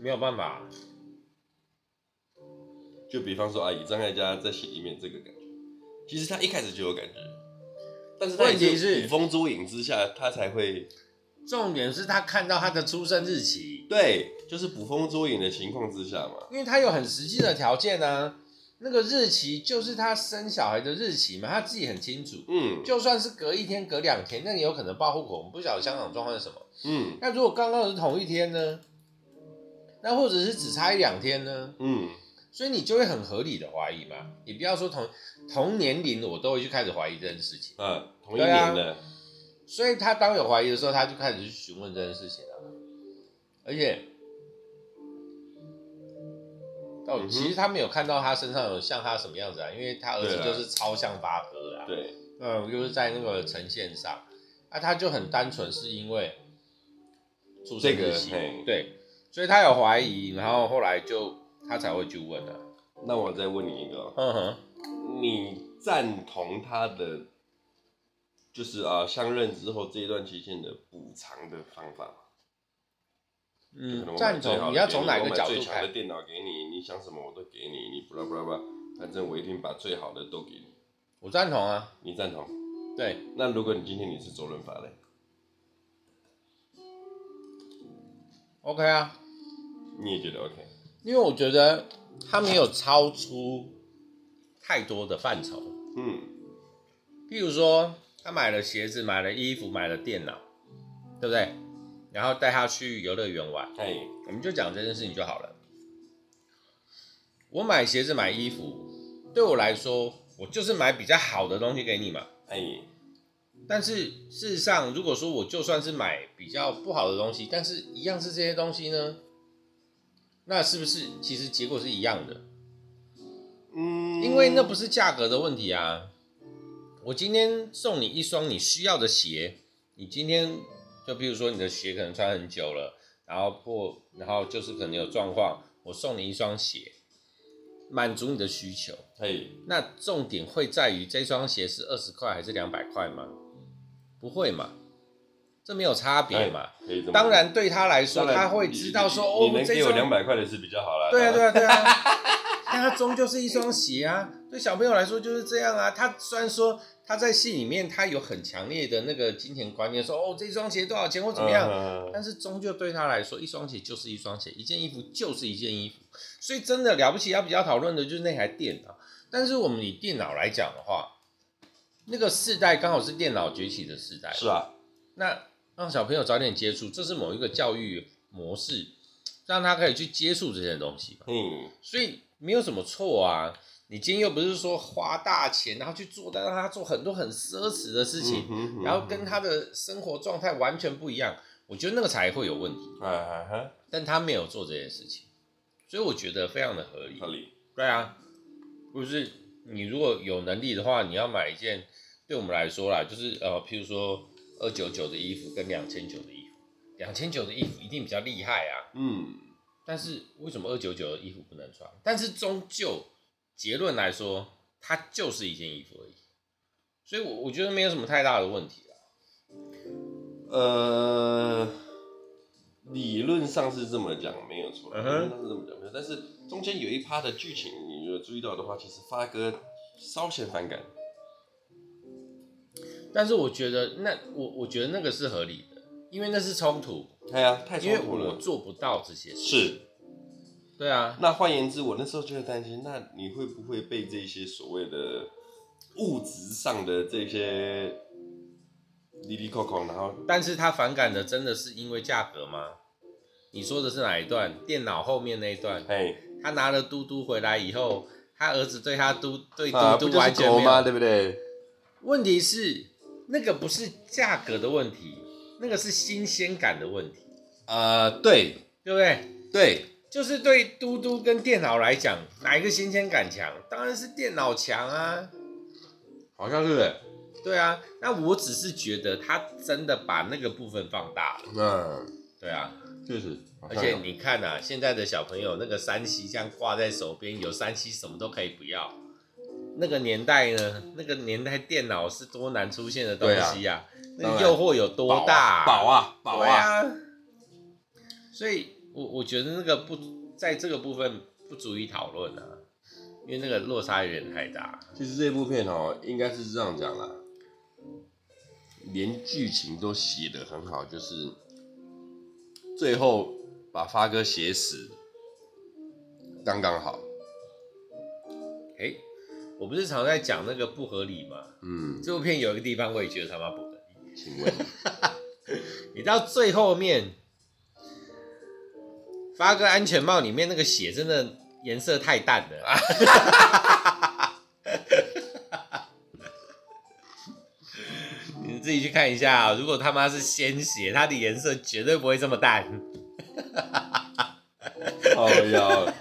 B: 没有办法，
A: 就比方说，阿姨张艾嘉在戏里面这个感觉，其实她一开始就有感觉，但是她也
B: 问题是
A: 捕风捉影之下，她才会
B: 重点是他看到他的出生日期，
A: 对，就是捕风捉影的情况之下嘛。
B: 因为他有很实际的条件啊，那个日期就是他生小孩的日期嘛，他自己很清楚。
A: 嗯
B: 就算是隔一天、隔两天，那你有可能报户口，我们不晓得香港状况是什么。
A: 嗯
B: 那如果刚好是同一天呢？那或者是只差一两天呢？
A: 嗯，
B: 所以你就会很合理的怀疑嘛。你不要说同同年龄，我都会去开始怀疑这件事情。
A: 啊，同一
B: 对啊
A: 年的，
B: 所以他当有怀疑的时候，他就开始去询问这件事情了。而且，
A: 嗯，
B: 哦
A: 哼
B: 其实他没有看到他身上有像他什么样子啊，因为他儿子
A: 对啊
B: 就是超像八哥的啊。
A: 对，
B: 嗯，就是在那个呈现上，啊，他就很单纯是因为出生
A: 这
B: 日
A: 个
B: 期，
A: 嘿
B: 对，所以他有怀疑，然后后来就他才会去问啊。
A: 那我再问你一个哦、
B: 嗯哼，
A: 你赞同他的，就是啊相认之后这一段期间的补偿的方法吗？就可能
B: 嗯，
A: 我买
B: 赞
A: 最好
B: 同，
A: 的
B: 你要
A: 给
B: 从哪
A: 我
B: 个
A: 买
B: 角
A: 最
B: 度
A: 强的
B: 看？
A: 电脑给你，你想什么我都给你，你不啦不啦不啦，反正我一定把最好的都给你。
B: 我赞同啊，
A: 你赞同？
B: 对，
A: 那如果你今天你是周润发嘞，
B: OK 啊，
A: 你也觉得 OK？
B: 因为我觉得他没有超出太多的范畴，
A: 嗯
B: 譬如说他买了鞋子，买了衣服，买了电脑，对不对？然后带他去游乐园玩。
A: 哎，
B: 我们就讲这件事情就好了。我买鞋子、买衣服，对我来说，我就是买比较好的东西给你嘛。
A: 哎，
B: 但是事实上，如果说我就算是买比较不好的东西，但是一样是这些东西呢，那是不是其实结果是一样的？
A: 嗯，
B: 因为那不是价格的问题啊。我今天送你一双你需要的鞋，你今天就比如说你的鞋可能穿很久了，然后破，然后就是可能有状况，我送你一双鞋，满足你的需求。
A: 哎，
B: 那重点会在于这双鞋是二十块还是两百块吗？不会嘛，这没有差别嘛。
A: 可以哎这么
B: 当然对他来说，
A: 当然
B: 他会知道说，
A: 你
B: 哦
A: 你，能
B: 这
A: 给我
B: 双
A: 两百块的是比较好啦。
B: (laughs) 对啊，对
A: 啊，
B: 啊，对
A: (laughs)
B: 啊。但它终究是一双鞋啊，对小朋友来说就是这样啊。他虽然说他在戏里面他有很强烈的那个金钱观念，说哦这双鞋多少钱或怎么样，
A: 嗯
B: 但是终究对他来说，一双鞋就是一双鞋，一件衣服就是一件衣服。所以真的了不起，要比较讨论的就是那台电脑。但是我们以电脑来讲的话，那个世代刚好是电脑崛起的世代，
A: 是啊，
B: 那让小朋友早点接触，这是某一个教育模式，让他可以去接触这些东西吧。
A: 嗯，
B: 所以没有什么错啊。你今天又不是说花大钱，然后去做，但让他做很多很奢侈的事情，
A: 嗯哼
B: 然后跟，他的生活状态完全不一样，我觉得那个才会有问题。
A: 嗯啊哈，
B: 但他没有做这件事情，所以我觉得非常的合理
A: 合。理，
B: 对啊，不是你如果有能力的话，你要买一件，对我们来说啦，就是呃，譬如说二九九的衣服跟两千九的衣服，两千九的衣服一定比较厉害啊。
A: 嗯，
B: 但是为什么二九九的衣服不能穿？但是终究结论来说，它就是一件衣服而已，所以我我觉得没有什么太大的问题啦。
A: 呃，理论上是这么讲，没有错，理论
B: 嗯哼
A: 上是这么讲，没有，但是中间有一趴的剧情，你有注意到的话，其实发哥稍显反感，
B: 但是我觉得那我我觉得那个是合理的，因为那是冲突，
A: 哎呀，太
B: 因为
A: 冲突
B: 我
A: 了，
B: 做不到这些事。
A: 是。
B: 对啊，
A: 那换言之，我那时候就会担心，那你会不会被这些所谓的物质上的这些离离扣扣，然后
B: 但是他反感的真的是因为价格吗？你说的是哪一段？电脑后面那一段，
A: 哎，
B: 他拿了嘟嘟回来以后，他儿子对他嘟对嘟
A: 啊，不
B: 嘟
A: 就
B: 完
A: 是
B: 全
A: 狗
B: 没有。
A: 吗？对不对？
B: 问题是那个不是价格的问题，那个是新鲜感的问题，
A: 呃，对
B: 对不对？
A: 对，
B: 就是对嘟嘟跟电脑来讲，哪一个新鲜感强？当然是电脑强啊。
A: 好像是欸，
B: 对啊，那我只是觉得他真的把那个部分放大了。
A: 嗯，
B: 对啊，
A: 确实，好
B: 而
A: 像
B: 且
A: 有
B: 你看啊，现在的小朋友那个山西像挂在手边，有山西什么都可以不要。那个年代呢，那个年代电脑是多难出现的东西呀、啊，那
A: 当
B: 个
A: 然
B: 诱惑有多大、
A: 宝啊宝
B: 对
A: 啊，
B: 啊，所以我我觉得那个不在这个部分不足以讨论啊，因为那个落差有点太大。
A: 其实这部片哦，应该是这样讲啦，连剧情都写得很好，就是最后把发哥写死，刚刚好。
B: 哎、我不是常在讲那个不合理吗？
A: 嗯，
B: 这部片有一个地方我也觉得他妈不合理，
A: 请问，
B: 你到最后面，发哥安全帽里面那个血真的颜色太淡了， (laughs) 你自己去看一下啊、如果他妈是鲜血，它的颜色绝对不会这么淡。
A: 哦哟，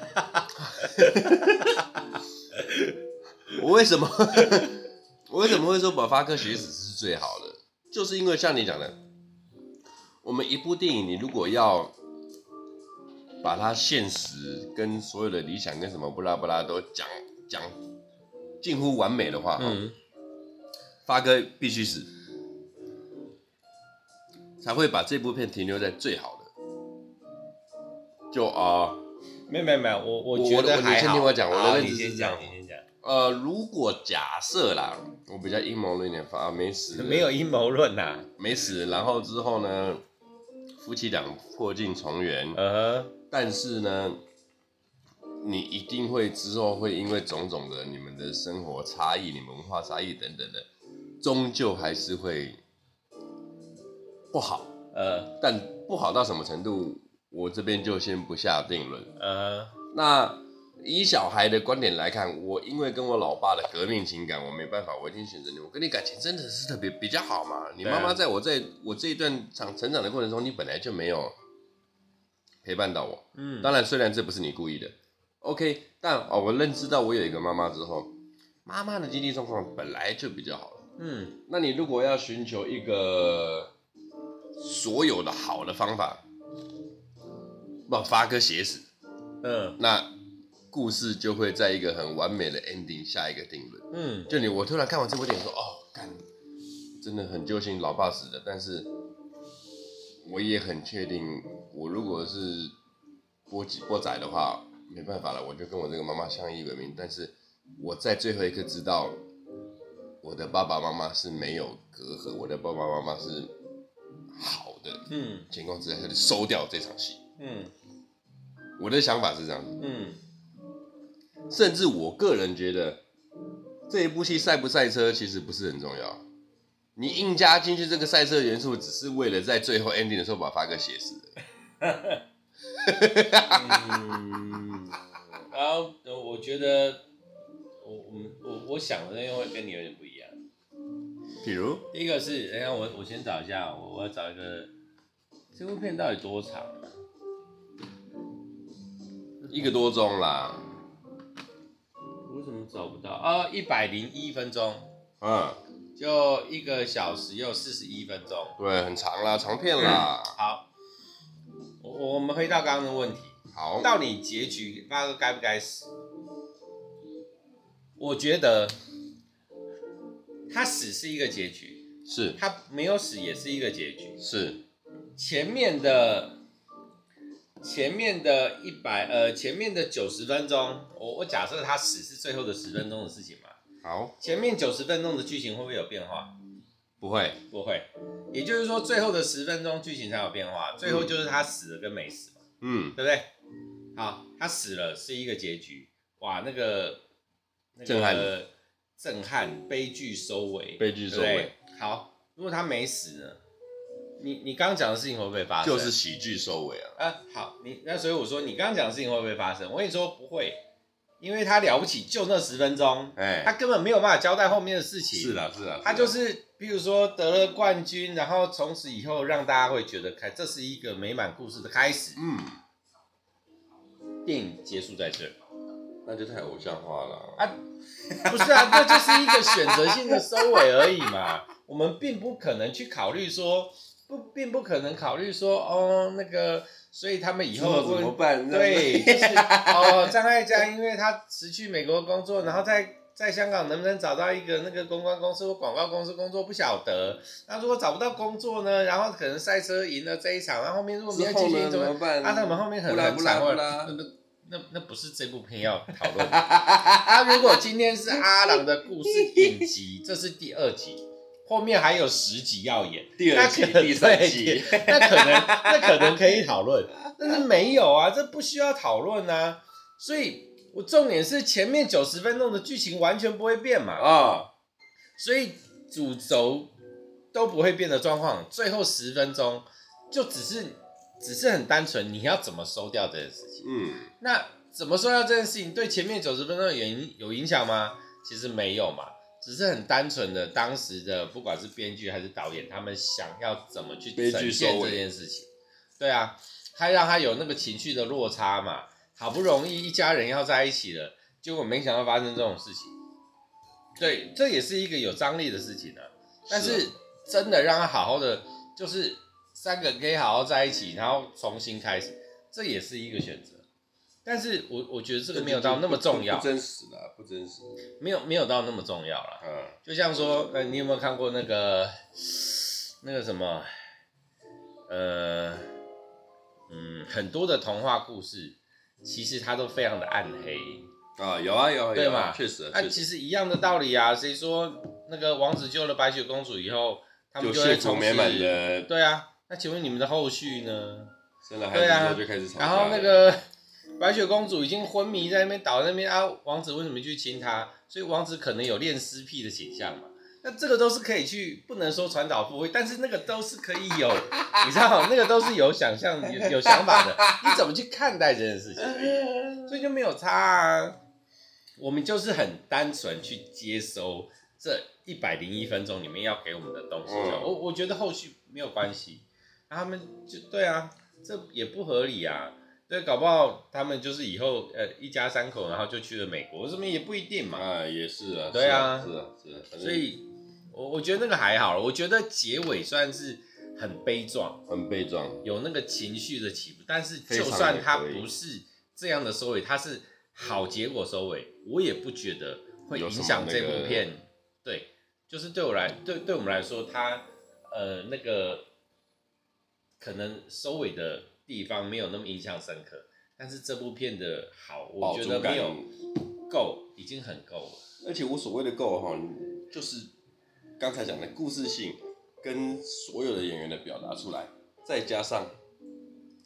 A: 我为什么 (laughs) 我为什么会说把发哥写死是最好的？就是因为像你讲的，我们一部电影，你如果要把它现实跟所有的理想跟什么不拉不拉都讲讲近乎完美的话，嗯，
B: 嗯，
A: 发哥必须死，才会把这部片停留在最好的。就啊。
B: 没有没有没有，我我
A: 我
B: 觉得
A: 我
B: 还
A: 你先
B: 好。
A: 听我讲我的
B: 好
A: 认
B: 你
A: 知是
B: 先
A: 这样
B: 讲，你先讲，
A: 呃，如果假设啦，我比较阴谋论一点，反而没死，
B: 没有阴谋论呐。
A: 没死，然后之后呢，夫妻俩破镜重圆，
B: 呃呵，
A: 但是呢，你一定会之后会因为种种的你们的生活差异、你们文化差异等等的，终究还是会不好，
B: 呃
A: 但不好到什么程度，我这边就先不下定论。
B: 呃呵，
A: 那以小孩的观点来看，我因为跟我老爸的革命情感，我没办法，我一定选择你。我跟你感情真的是特别比较好嘛。你
B: 对啊
A: 妈妈在我在我这一段长成长的过程中，你本来就没有陪伴到我。
B: 嗯，
A: 当然，虽然这不是你故意的，OK，但哦，我认知到我有一个妈妈之后，妈妈的经济状况本来就比较好了。
B: 嗯
A: 那你如果要寻求一个所有的好的方法，把发哥写死。
B: 嗯
A: 那故事就会在一个很完美的 ending 下一个定论。
B: 嗯，
A: 就你，我突然看完这部电影说，哦，干，真的很揪心，老爸死了，但是我也很确定，我如果是波吉波仔的话，没办法了，我就跟我这个妈妈相依为命。但是我在最后一刻知道，我的爸爸妈妈是没有隔阂，我的爸爸妈妈是好的
B: 嗯
A: 情况之下，他就收掉这场戏。
B: 嗯
A: 我的想法是这样子。
B: 嗯，
A: 甚至我个人觉得，这一部戏赛不赛车其实不是很重要。你硬加进去这个赛车元素，只是为了在最后 ending 的时候把发哥写死。
B: 嗯，然后呃我觉得我我们我我想的那个会跟你有点不一样。
A: 比如，
B: 第一个是，等一下我我先找一下，哦我我要找一个这部片到底多长啊、
A: 一个多钟啦，
B: 我为什么找不到？哦，一百零一分钟，
A: 嗯，
B: 就一个小时又四十一分钟。
A: 对，很长啦，长片啦。
B: 好，我我我们回到刚刚的问题，
A: 好，
B: 到底结局八哥该不该死？我觉得他死是一个结局，
A: 是
B: 他没有死也是一个结局。
A: 是，
B: 前面的前面的一百呃前面的九十分钟，我我假设他死是最后的十分钟的事情嘛，
A: 好，
B: 前面九十分钟的剧情会不会有变化？
A: 不会，
B: 不会，也就是说最后的十分钟剧情才有变化，最后就是他死了跟没死嘛，
A: 嗯，
B: 对不对？好，他死了是一个结局，哇，那个那个
A: 震撼
B: 震撼悲剧收尾，
A: 悲剧收
B: 对
A: 尾
B: 不对好，如果他没死呢？你你刚刚讲的事情会不会发生？
A: 就是喜剧收尾啊。
B: 啊，好，你那所以我说你刚刚讲的事情会不会发生？我跟你说不会，因为他了不起就那十分钟，他
A: 哎，
B: 根本没有办法交代后面的事情。
A: 是啦是啦，
B: 他就是，比如说得了冠军，然后从此以后让大家会觉得开，这是一个美满故事的开始。
A: 嗯，
B: 电影结束在这儿
A: 那就太偶像化了。
B: 啊， (laughs) 不是啊，这就是一个选择性的收尾而已嘛。我们并不可能去考虑说，不，并不可能考虑说，哦，那个，所以他们以
A: 以
B: 后
A: 后
B: 会
A: 怎么办？那
B: 对，就是哦，张艾嘉，因为他辞去美国工作，然后在在香港能不能找到一个那个公关公司或广告公司工作不晓得。那如果找不到工作呢？然后可能赛车赢了这一场，然后后面如果没有
A: 之
B: 继
A: 后
B: 续
A: 呢？怎
B: 怎么
A: 么办？
B: 啊，他们后面很
A: 不啦
B: 很
A: 不啦
B: 惨
A: 不
B: 会。
A: 啦
B: 呃那那那不是这部片要讨论的。啊，如果今天是阿郎的故事影集，这是第二集，后面还有十集要演。
A: 第二集、第三集，
B: 对那可能那可能可以讨论，但是没有啊，这不需要讨论啊。所以我重点是前面九十分钟的剧情完全不会变嘛，
A: 啊，
B: 所以主轴都不会变的状况，最后十分钟就只是只是很单纯你要怎么收掉这件事情。
A: 嗯，
B: 那怎么收掉这件事情对前面九十分钟有影有影响吗？其实没有嘛。只是很单纯的，当时的不管是编剧还是导演，他们想要怎么去
A: 悲剧
B: 呈现
A: 收尾
B: 这件事情，对啊，他让他有那个情绪的落差嘛，好不容易一家人要在一起了，结果没想到发生这种事情，对，这也是一个有张力的事情啊。但
A: 是
B: 是真的让他好好的，就是三个可以好好在一起，然后重新开始，这也是一个选择。但是我我觉得这个没有到那么重要
A: 不，真实啦，不真实。
B: 没有没有到那么重要啦。
A: 嗯，
B: 就像说，呃，你有没有看过那个那个什么，呃，嗯，很多的童话故事，其实它都非常的暗黑。
A: 啊，有啊有啊，
B: 对
A: 有啊
B: 嘛
A: 确实啊，
B: 那
A: 确实
B: 其实一样的道理啊，谁说那个王子救了白雪公主以后，他们
A: 就
B: 会
A: 幸福
B: 从
A: 美满
B: 事？
A: 的
B: 对啊，那请问你们的后续呢？
A: 生了孩子
B: 对啊
A: 之后就开始吵架
B: 然
A: 了。
B: 后那个白雪公主已经昏迷在那边倒在那边啊，王子为什么去亲她？所以王子可能有恋尸癖的倾向嘛。那这个都是可以去，不能说传导附会，但是那个都是可以有，你知道，那个都是有想象、有有想法的。你怎么去看待这件事情？所以就没有差啊。我们就是很单纯去接收这一百零一分钟里面要给我们的东西就好，
A: 嗯
B: 我我觉得后续没有关系。然后他们就对啊，这也不合理啊。对，搞不好他们就是以后呃一家三口，然后就去了美国，什么也不一定嘛。
A: 啊，也是啊，
B: 对啊
A: 是啊是啊，是啊
B: 所以，我我觉得那个还好，我觉得结尾算是很悲壮，
A: 反正很被撞，
B: 有那个情绪的起伏，但是
A: 非
B: 就
A: 常
B: 算
A: 也
B: 它
A: 可以
B: 不是这样的收尾，它是好结果收尾，我也不觉得会
A: 有
B: 影
A: 什么
B: 响
A: 那
B: 这部
A: 个
B: 片。对，就是对我来，对对我们来说，它呃那个可能收尾的地方没有那么印象深刻，但是这部片的好，我
A: 饱
B: 觉
A: 足
B: 得
A: 感
B: 没有够，已经很够了。
A: 而且无所谓的够哈，你就是刚才讲的故事性跟所有的演员的表达出来，再加上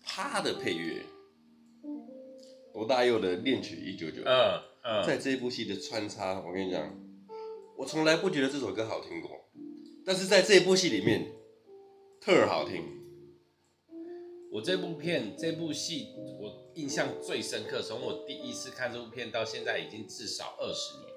A: 他的配乐，罗大佑的《恋曲一九九》
B: 嗯嗯，
A: 在这一部戏的穿插，我跟你讲，我从来不觉得这首歌好听过，但是在这一部戏里面特儿好听，
B: 我这部片这部戏我印象最深刻，从我第一次看这部片到现在已经至少二十年，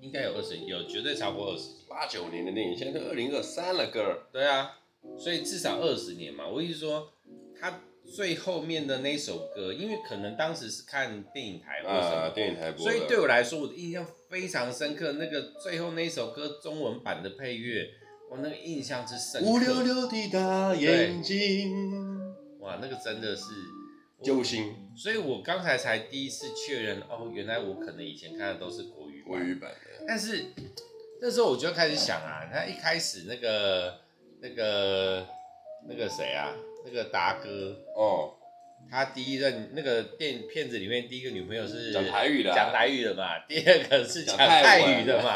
B: 应该有二十，有绝对超过二十年。
A: 八九年的电影，现在都二零二三了，哥儿，
B: 对啊，所以至少二十年嘛。我意思说，他最后面的那首歌，因为可能当时是看电影台或者什么
A: 啊，电影台播
B: 所
A: 的，
B: 以对我来说，我的印象非常深刻。那个最后那首歌中文版的配乐，我那个印象之深刻，
A: 乌溜溜的大眼睛，
B: 哇，那个真的是
A: 揪心。
B: 所以我刚才才第一次确认，哦，原来我可能以前看的都是国语
A: 国
B: 版，
A: 语版的，
B: 但是那时候我就开始想啊，他一开始那个那个那个谁啊，那个达哥，
A: 哦，
B: 他第一任那个电片子里面第一个女朋友是
A: 讲台语的啊
B: 讲台语的嘛，第二个是讲
A: 讲泰文
B: 泰语
A: (laughs)
B: 的嘛。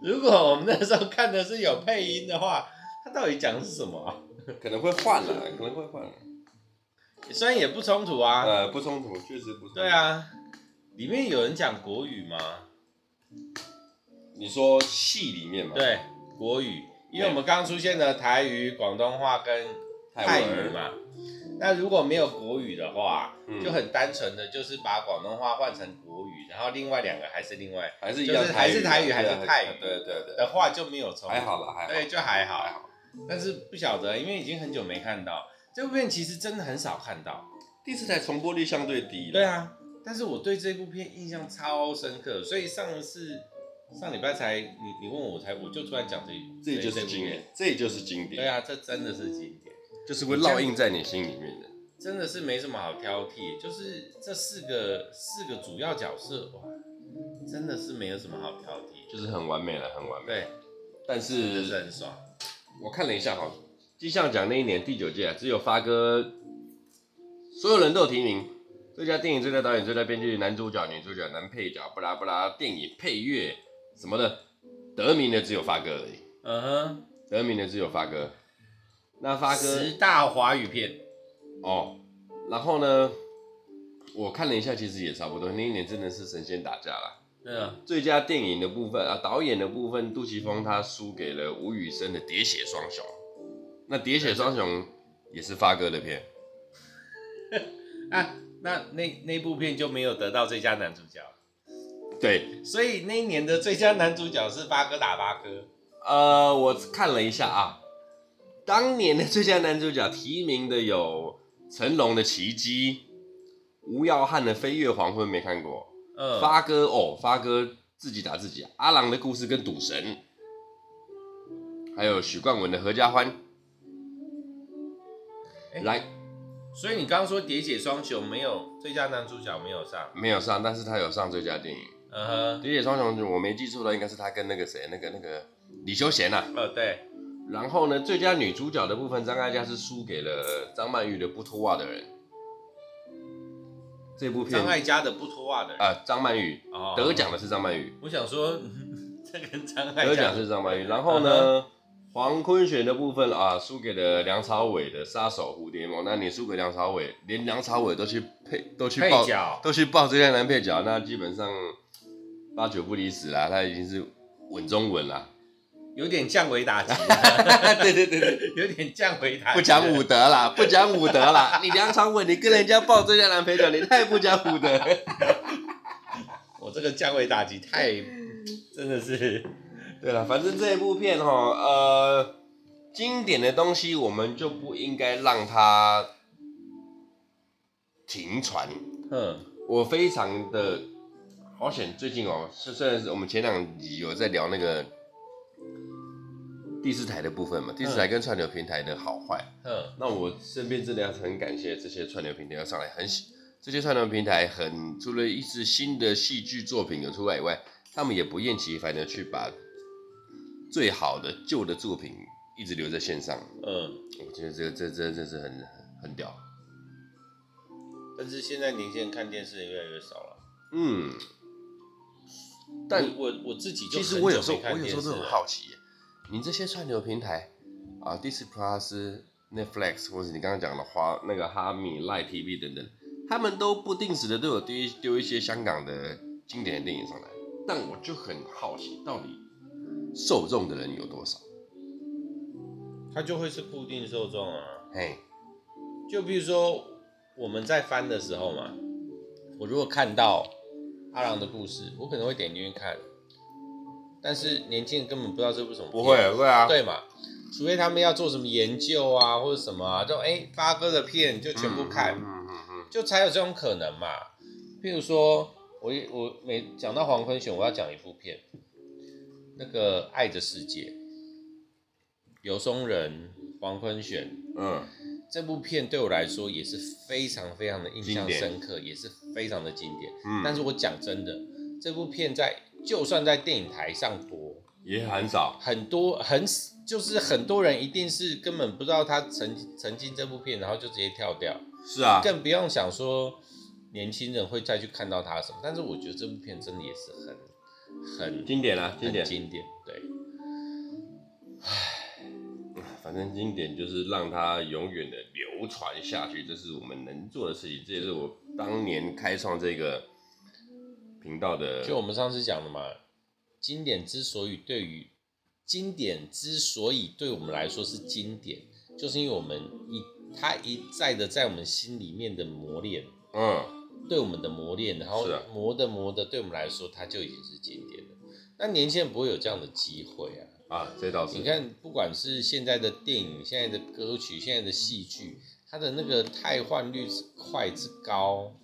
B: 如果我们那时候看的是有配音的话，他到底讲的是什么啊、
A: 可能会换了，可能会换了，
B: 虽然也不冲突啊，
A: 呃，不冲突，确实不冲突。
B: 对，啊，里面有人讲国语吗？
A: 你说戏里面嘛，，
B: 对，国语，因为我们刚刚出现了台语、广东话跟
A: 泰
B: 泰
A: 文
B: 语嘛。那如果没有国语的话，
A: 嗯
B: 就很单纯的就是把广东话换成国语，然后另外两个还是另外
A: 还是一样
B: 就是还是
A: 台
B: 台
A: 语
B: 语
A: 啊，
B: 还是泰语
A: 对啊对啊对啊对
B: 的
A: 啊，
B: 话就没有重
A: 还好啦，还好，
B: 对，就还
A: 还
B: 好。
A: 好。
B: 但是不晓得，因为已经很久没看到这部片，其实真的很少看到。
A: 第四台重播率相对低了，
B: 对，啊，但是我对这部片印象超深刻，所以上次上礼拜才你你问我才我就突然讲这
A: 这就是
B: 部
A: 经
B: 片
A: 典，这就是经典，
B: 对啊，这真的是经典，
A: 就是会烙印在你心里面的。
B: 真的是没什么好挑剔，就是这四个四个主要角色哇，真的是没有什么好挑剔，
A: 就是很完美了，很完美。
B: 对，啊
A: 但
B: 就是
A: 是
B: 很爽。
A: 我看了一下哈，金像奖那一年第九届、啊，只有发哥，所有人都有提名，最佳电影、最佳导演、最佳编剧、男主角、女主角、男配角，布拉布拉，电影配乐什么的，得名的只有发哥而已，
B: 嗯哼，
A: 得名的只有发哥。那发哥
B: 十大华语片，
A: 哦，然后呢，我看了一下，其实也差不多，那一年真的是神仙打架啦。
B: 嗯，
A: 最佳电影的部分啊，导演的部分，杜琪峰他输给了吴宇森的《喋血双雄》。那《喋血双雄》也是发哥的片，
B: 啊，那那那部片就没有得到最佳男主角，
A: 对，
B: 所以那一年的最佳男主角是八哥打八哥。
A: 呃，我看了一下啊，当年的最佳男主角提名的有成龙的《奇迹》，吴耀汉的《飞越黄昏》没看过，
B: 嗯，
A: 发哥哦，发哥自己打自己，啊阿郎的故事跟赌神，还有许冠文的《合家欢》
B: 诶
A: 来。
B: 所以你刚刚说《喋血双雄》没有最佳男主角没有上，
A: 没有上，但是他有上最佳电影《
B: 嗯
A: 喋血双雄》，我没记错的应该是他跟那个谁，那个那个李修贤呐、啊。
B: 哼，哦对，
A: 然后呢，最佳女主角的部分，张艾嘉是输给了张曼玉的《不脱袜的人》这部片
B: 张艾嘉的不脱袜的人，
A: 啊，张曼玉
B: 哦
A: 嗯得，奖的是张曼玉，
B: 我想说 (laughs) 哎这嗯跟张艾嘉
A: 得奖是张曼玉。然后呢，黄坤选的部分啊，输给了梁朝伟的《杀手蝴蝶梦》。那你输给梁朝伟，连梁朝伟都去配都去
B: 配
A: 报
B: 角，
A: 都去报这些男配角，那基本上八九不离十啦，他已经是稳中稳
B: (laughs)
A: 啦。
B: 有点降维
A: (laughs)
B: 打击，
A: 对对对对，
B: 有点降维打击，
A: 不讲武德啦，不讲武德啦。你梁朝伟，你跟人家报这些男配角，你太不讲武德。
B: 我这个降维打击太真的是，
A: 对了，反正这一部片哈，呃，经典的东西我们就不应该让它停船。
B: 嗯
A: 我非常的好险，最近哦，虽虽然是我们前两集有在聊那个第四台的部分嘛，第四台跟串流平台的好坏，
B: 嗯
A: 那我身边真的要很感谢这些串流平台要上来，很喜这些串流平台很除了一支新的戏剧作品有出来以外，他们也不厌其烦的去把最好的旧的作品一直留在线上，
B: 嗯，
A: 我觉得这这这这是很很很屌。
B: 但是现在年轻人看电视越来越少了，
A: 嗯，但
B: 我我我自己就
A: 其实
B: 很
A: 我
B: 久
A: 有时候
B: 没看
A: 我有时候
B: 电视
A: 都很
B: 了，
A: 好奇耶，你这些串流平台啊，Disney Plus、Netflix 或者你刚刚讲的花那个哈米、Lite TV 等等，他们都不定时的都有丢一丢一些香港的经典的电影上来，但我就很好奇，到底受众的人有多少？
B: 它就会是固定受众啊。
A: 嘿，
B: 就比如说我们在翻的时候嘛，我如果看到阿郎的故事，我可能会点进去看，但是年轻人根本不知道这部什么，
A: 不会，，会啊，
B: 对嘛？除非他们要做什么研究啊，或者什么啊，就哎、发哥的片就
A: 嗯，
B: 全部看，
A: 嗯嗯嗯
B: 就才有这种可能嘛。譬如说，我我每讲到黄坤雄，我要讲一部片，那个《爱的世界》，刘松仁、黄坤选，
A: 嗯
B: 这部片对我来说也是非常非常的印
A: 经
B: 象
A: 典
B: 深刻，也是非常的经典。
A: 嗯，
B: 但是我讲真的，这部片在就算在电影台上播，
A: 也很少，
B: 很多很就是很多人一定是根本不知道他曾曾经这部片，然后就直接跳掉，
A: 是啊，
B: 更不用想说年轻人会再去看到他什么。但是我觉得这部片真的也是很很
A: 经典啊，经
B: 很
A: 典，
B: 经典，对，
A: 反正经典就是让它永远的流传下去，这是我们能做的事情，这也是我当年开创这个频道的。
B: 就我们上次讲的嘛，经典之所以对于经典之所以对我们来说是经典，就是因为我们一它一再的在我们心里面的磨练，
A: 嗯，
B: 对我们的磨练，然后
A: 是啊
B: 磨的磨的，对我们来说它就已经是经典了。那年轻人不会有这样的机会啊！
A: 啊，这倒是。
B: 你，看，不管是现在的电影、现在的歌曲、现在的戏剧，它的那个汰换率之快之高，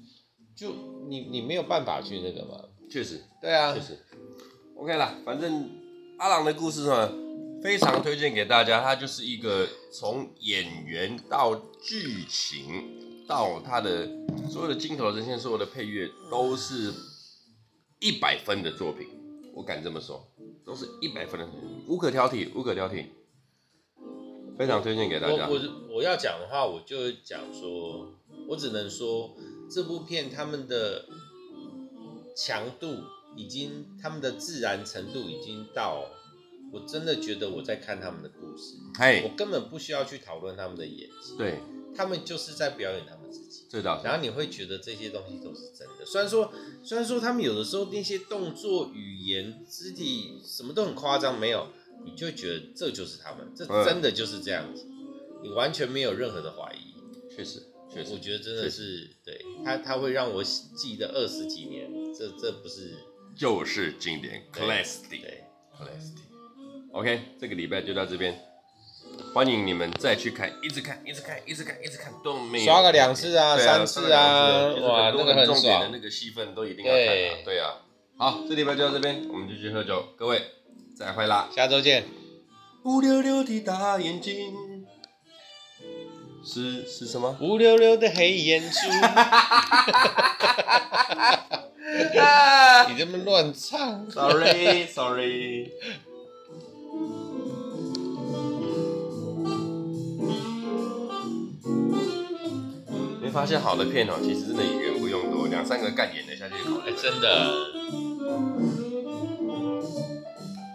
B: 就你你没有办法去那个嘛。
A: 确实，
B: 对啊
A: 确，实。OK 啦，反正阿郎的故事呢，非常推荐给大家。它就是一个从演员到剧情，到它的所有的镜头呈现，所有的配乐都是一百分的作品。我敢这么说，都是一百分的作品，无可挑剔，无可挑剔。非常推荐给大
B: 我
A: 家。
B: 我我要讲的话，我就会讲说，我只能说这部片他们的强度已经，他们的自然程度已经到，我真的觉得我在看他们的故事，
A: 嘿
B: 我，根本不需要去讨论他们的演技，
A: 对，
B: 他们就是在表演他们自己。
A: 这倒是
B: 然后你会觉得这些东西都是真的，虽然说虽然说他们有的时候那些动作、语言、肢体什么都很夸张，没有，你就会觉得这就是他们，这
A: 嗯
B: 真的就是这样子，你完全没有任何的怀疑。
A: 确实，确
B: 我
A: 实，
B: 觉得真的
A: 确
B: 是对他，他会让我记得二十几年，这这不是
A: 就是经典
B: 对
A: classic。
B: 对，
A: OK，这个礼拜就到这边，欢迎你们再去看，一直看，一直看，一直看，一直看都没有。
B: 刷个两次啊
A: 对啊
B: 三次啊
A: 刷
B: 哇
A: 个两次其实很多
B: 那个很
A: 重点的
B: 爽
A: 那个戏份都一定要看啊
B: 对。
A: 对啊，好，这礼拜就到这边，我们就去喝酒，各位再会啦。
B: 下周见。
A: 乌溜溜的大眼睛，是是什 (laughs) 么？
B: 乌溜溜的黑眼珠，
A: (laughs)
B: 你这么乱
A: (laughs)
B: 唱。
A: Sorry, sorry.你会发现好的片哦，其实真的语言不用多，两三个干演的下去就好了
B: 哎，真的。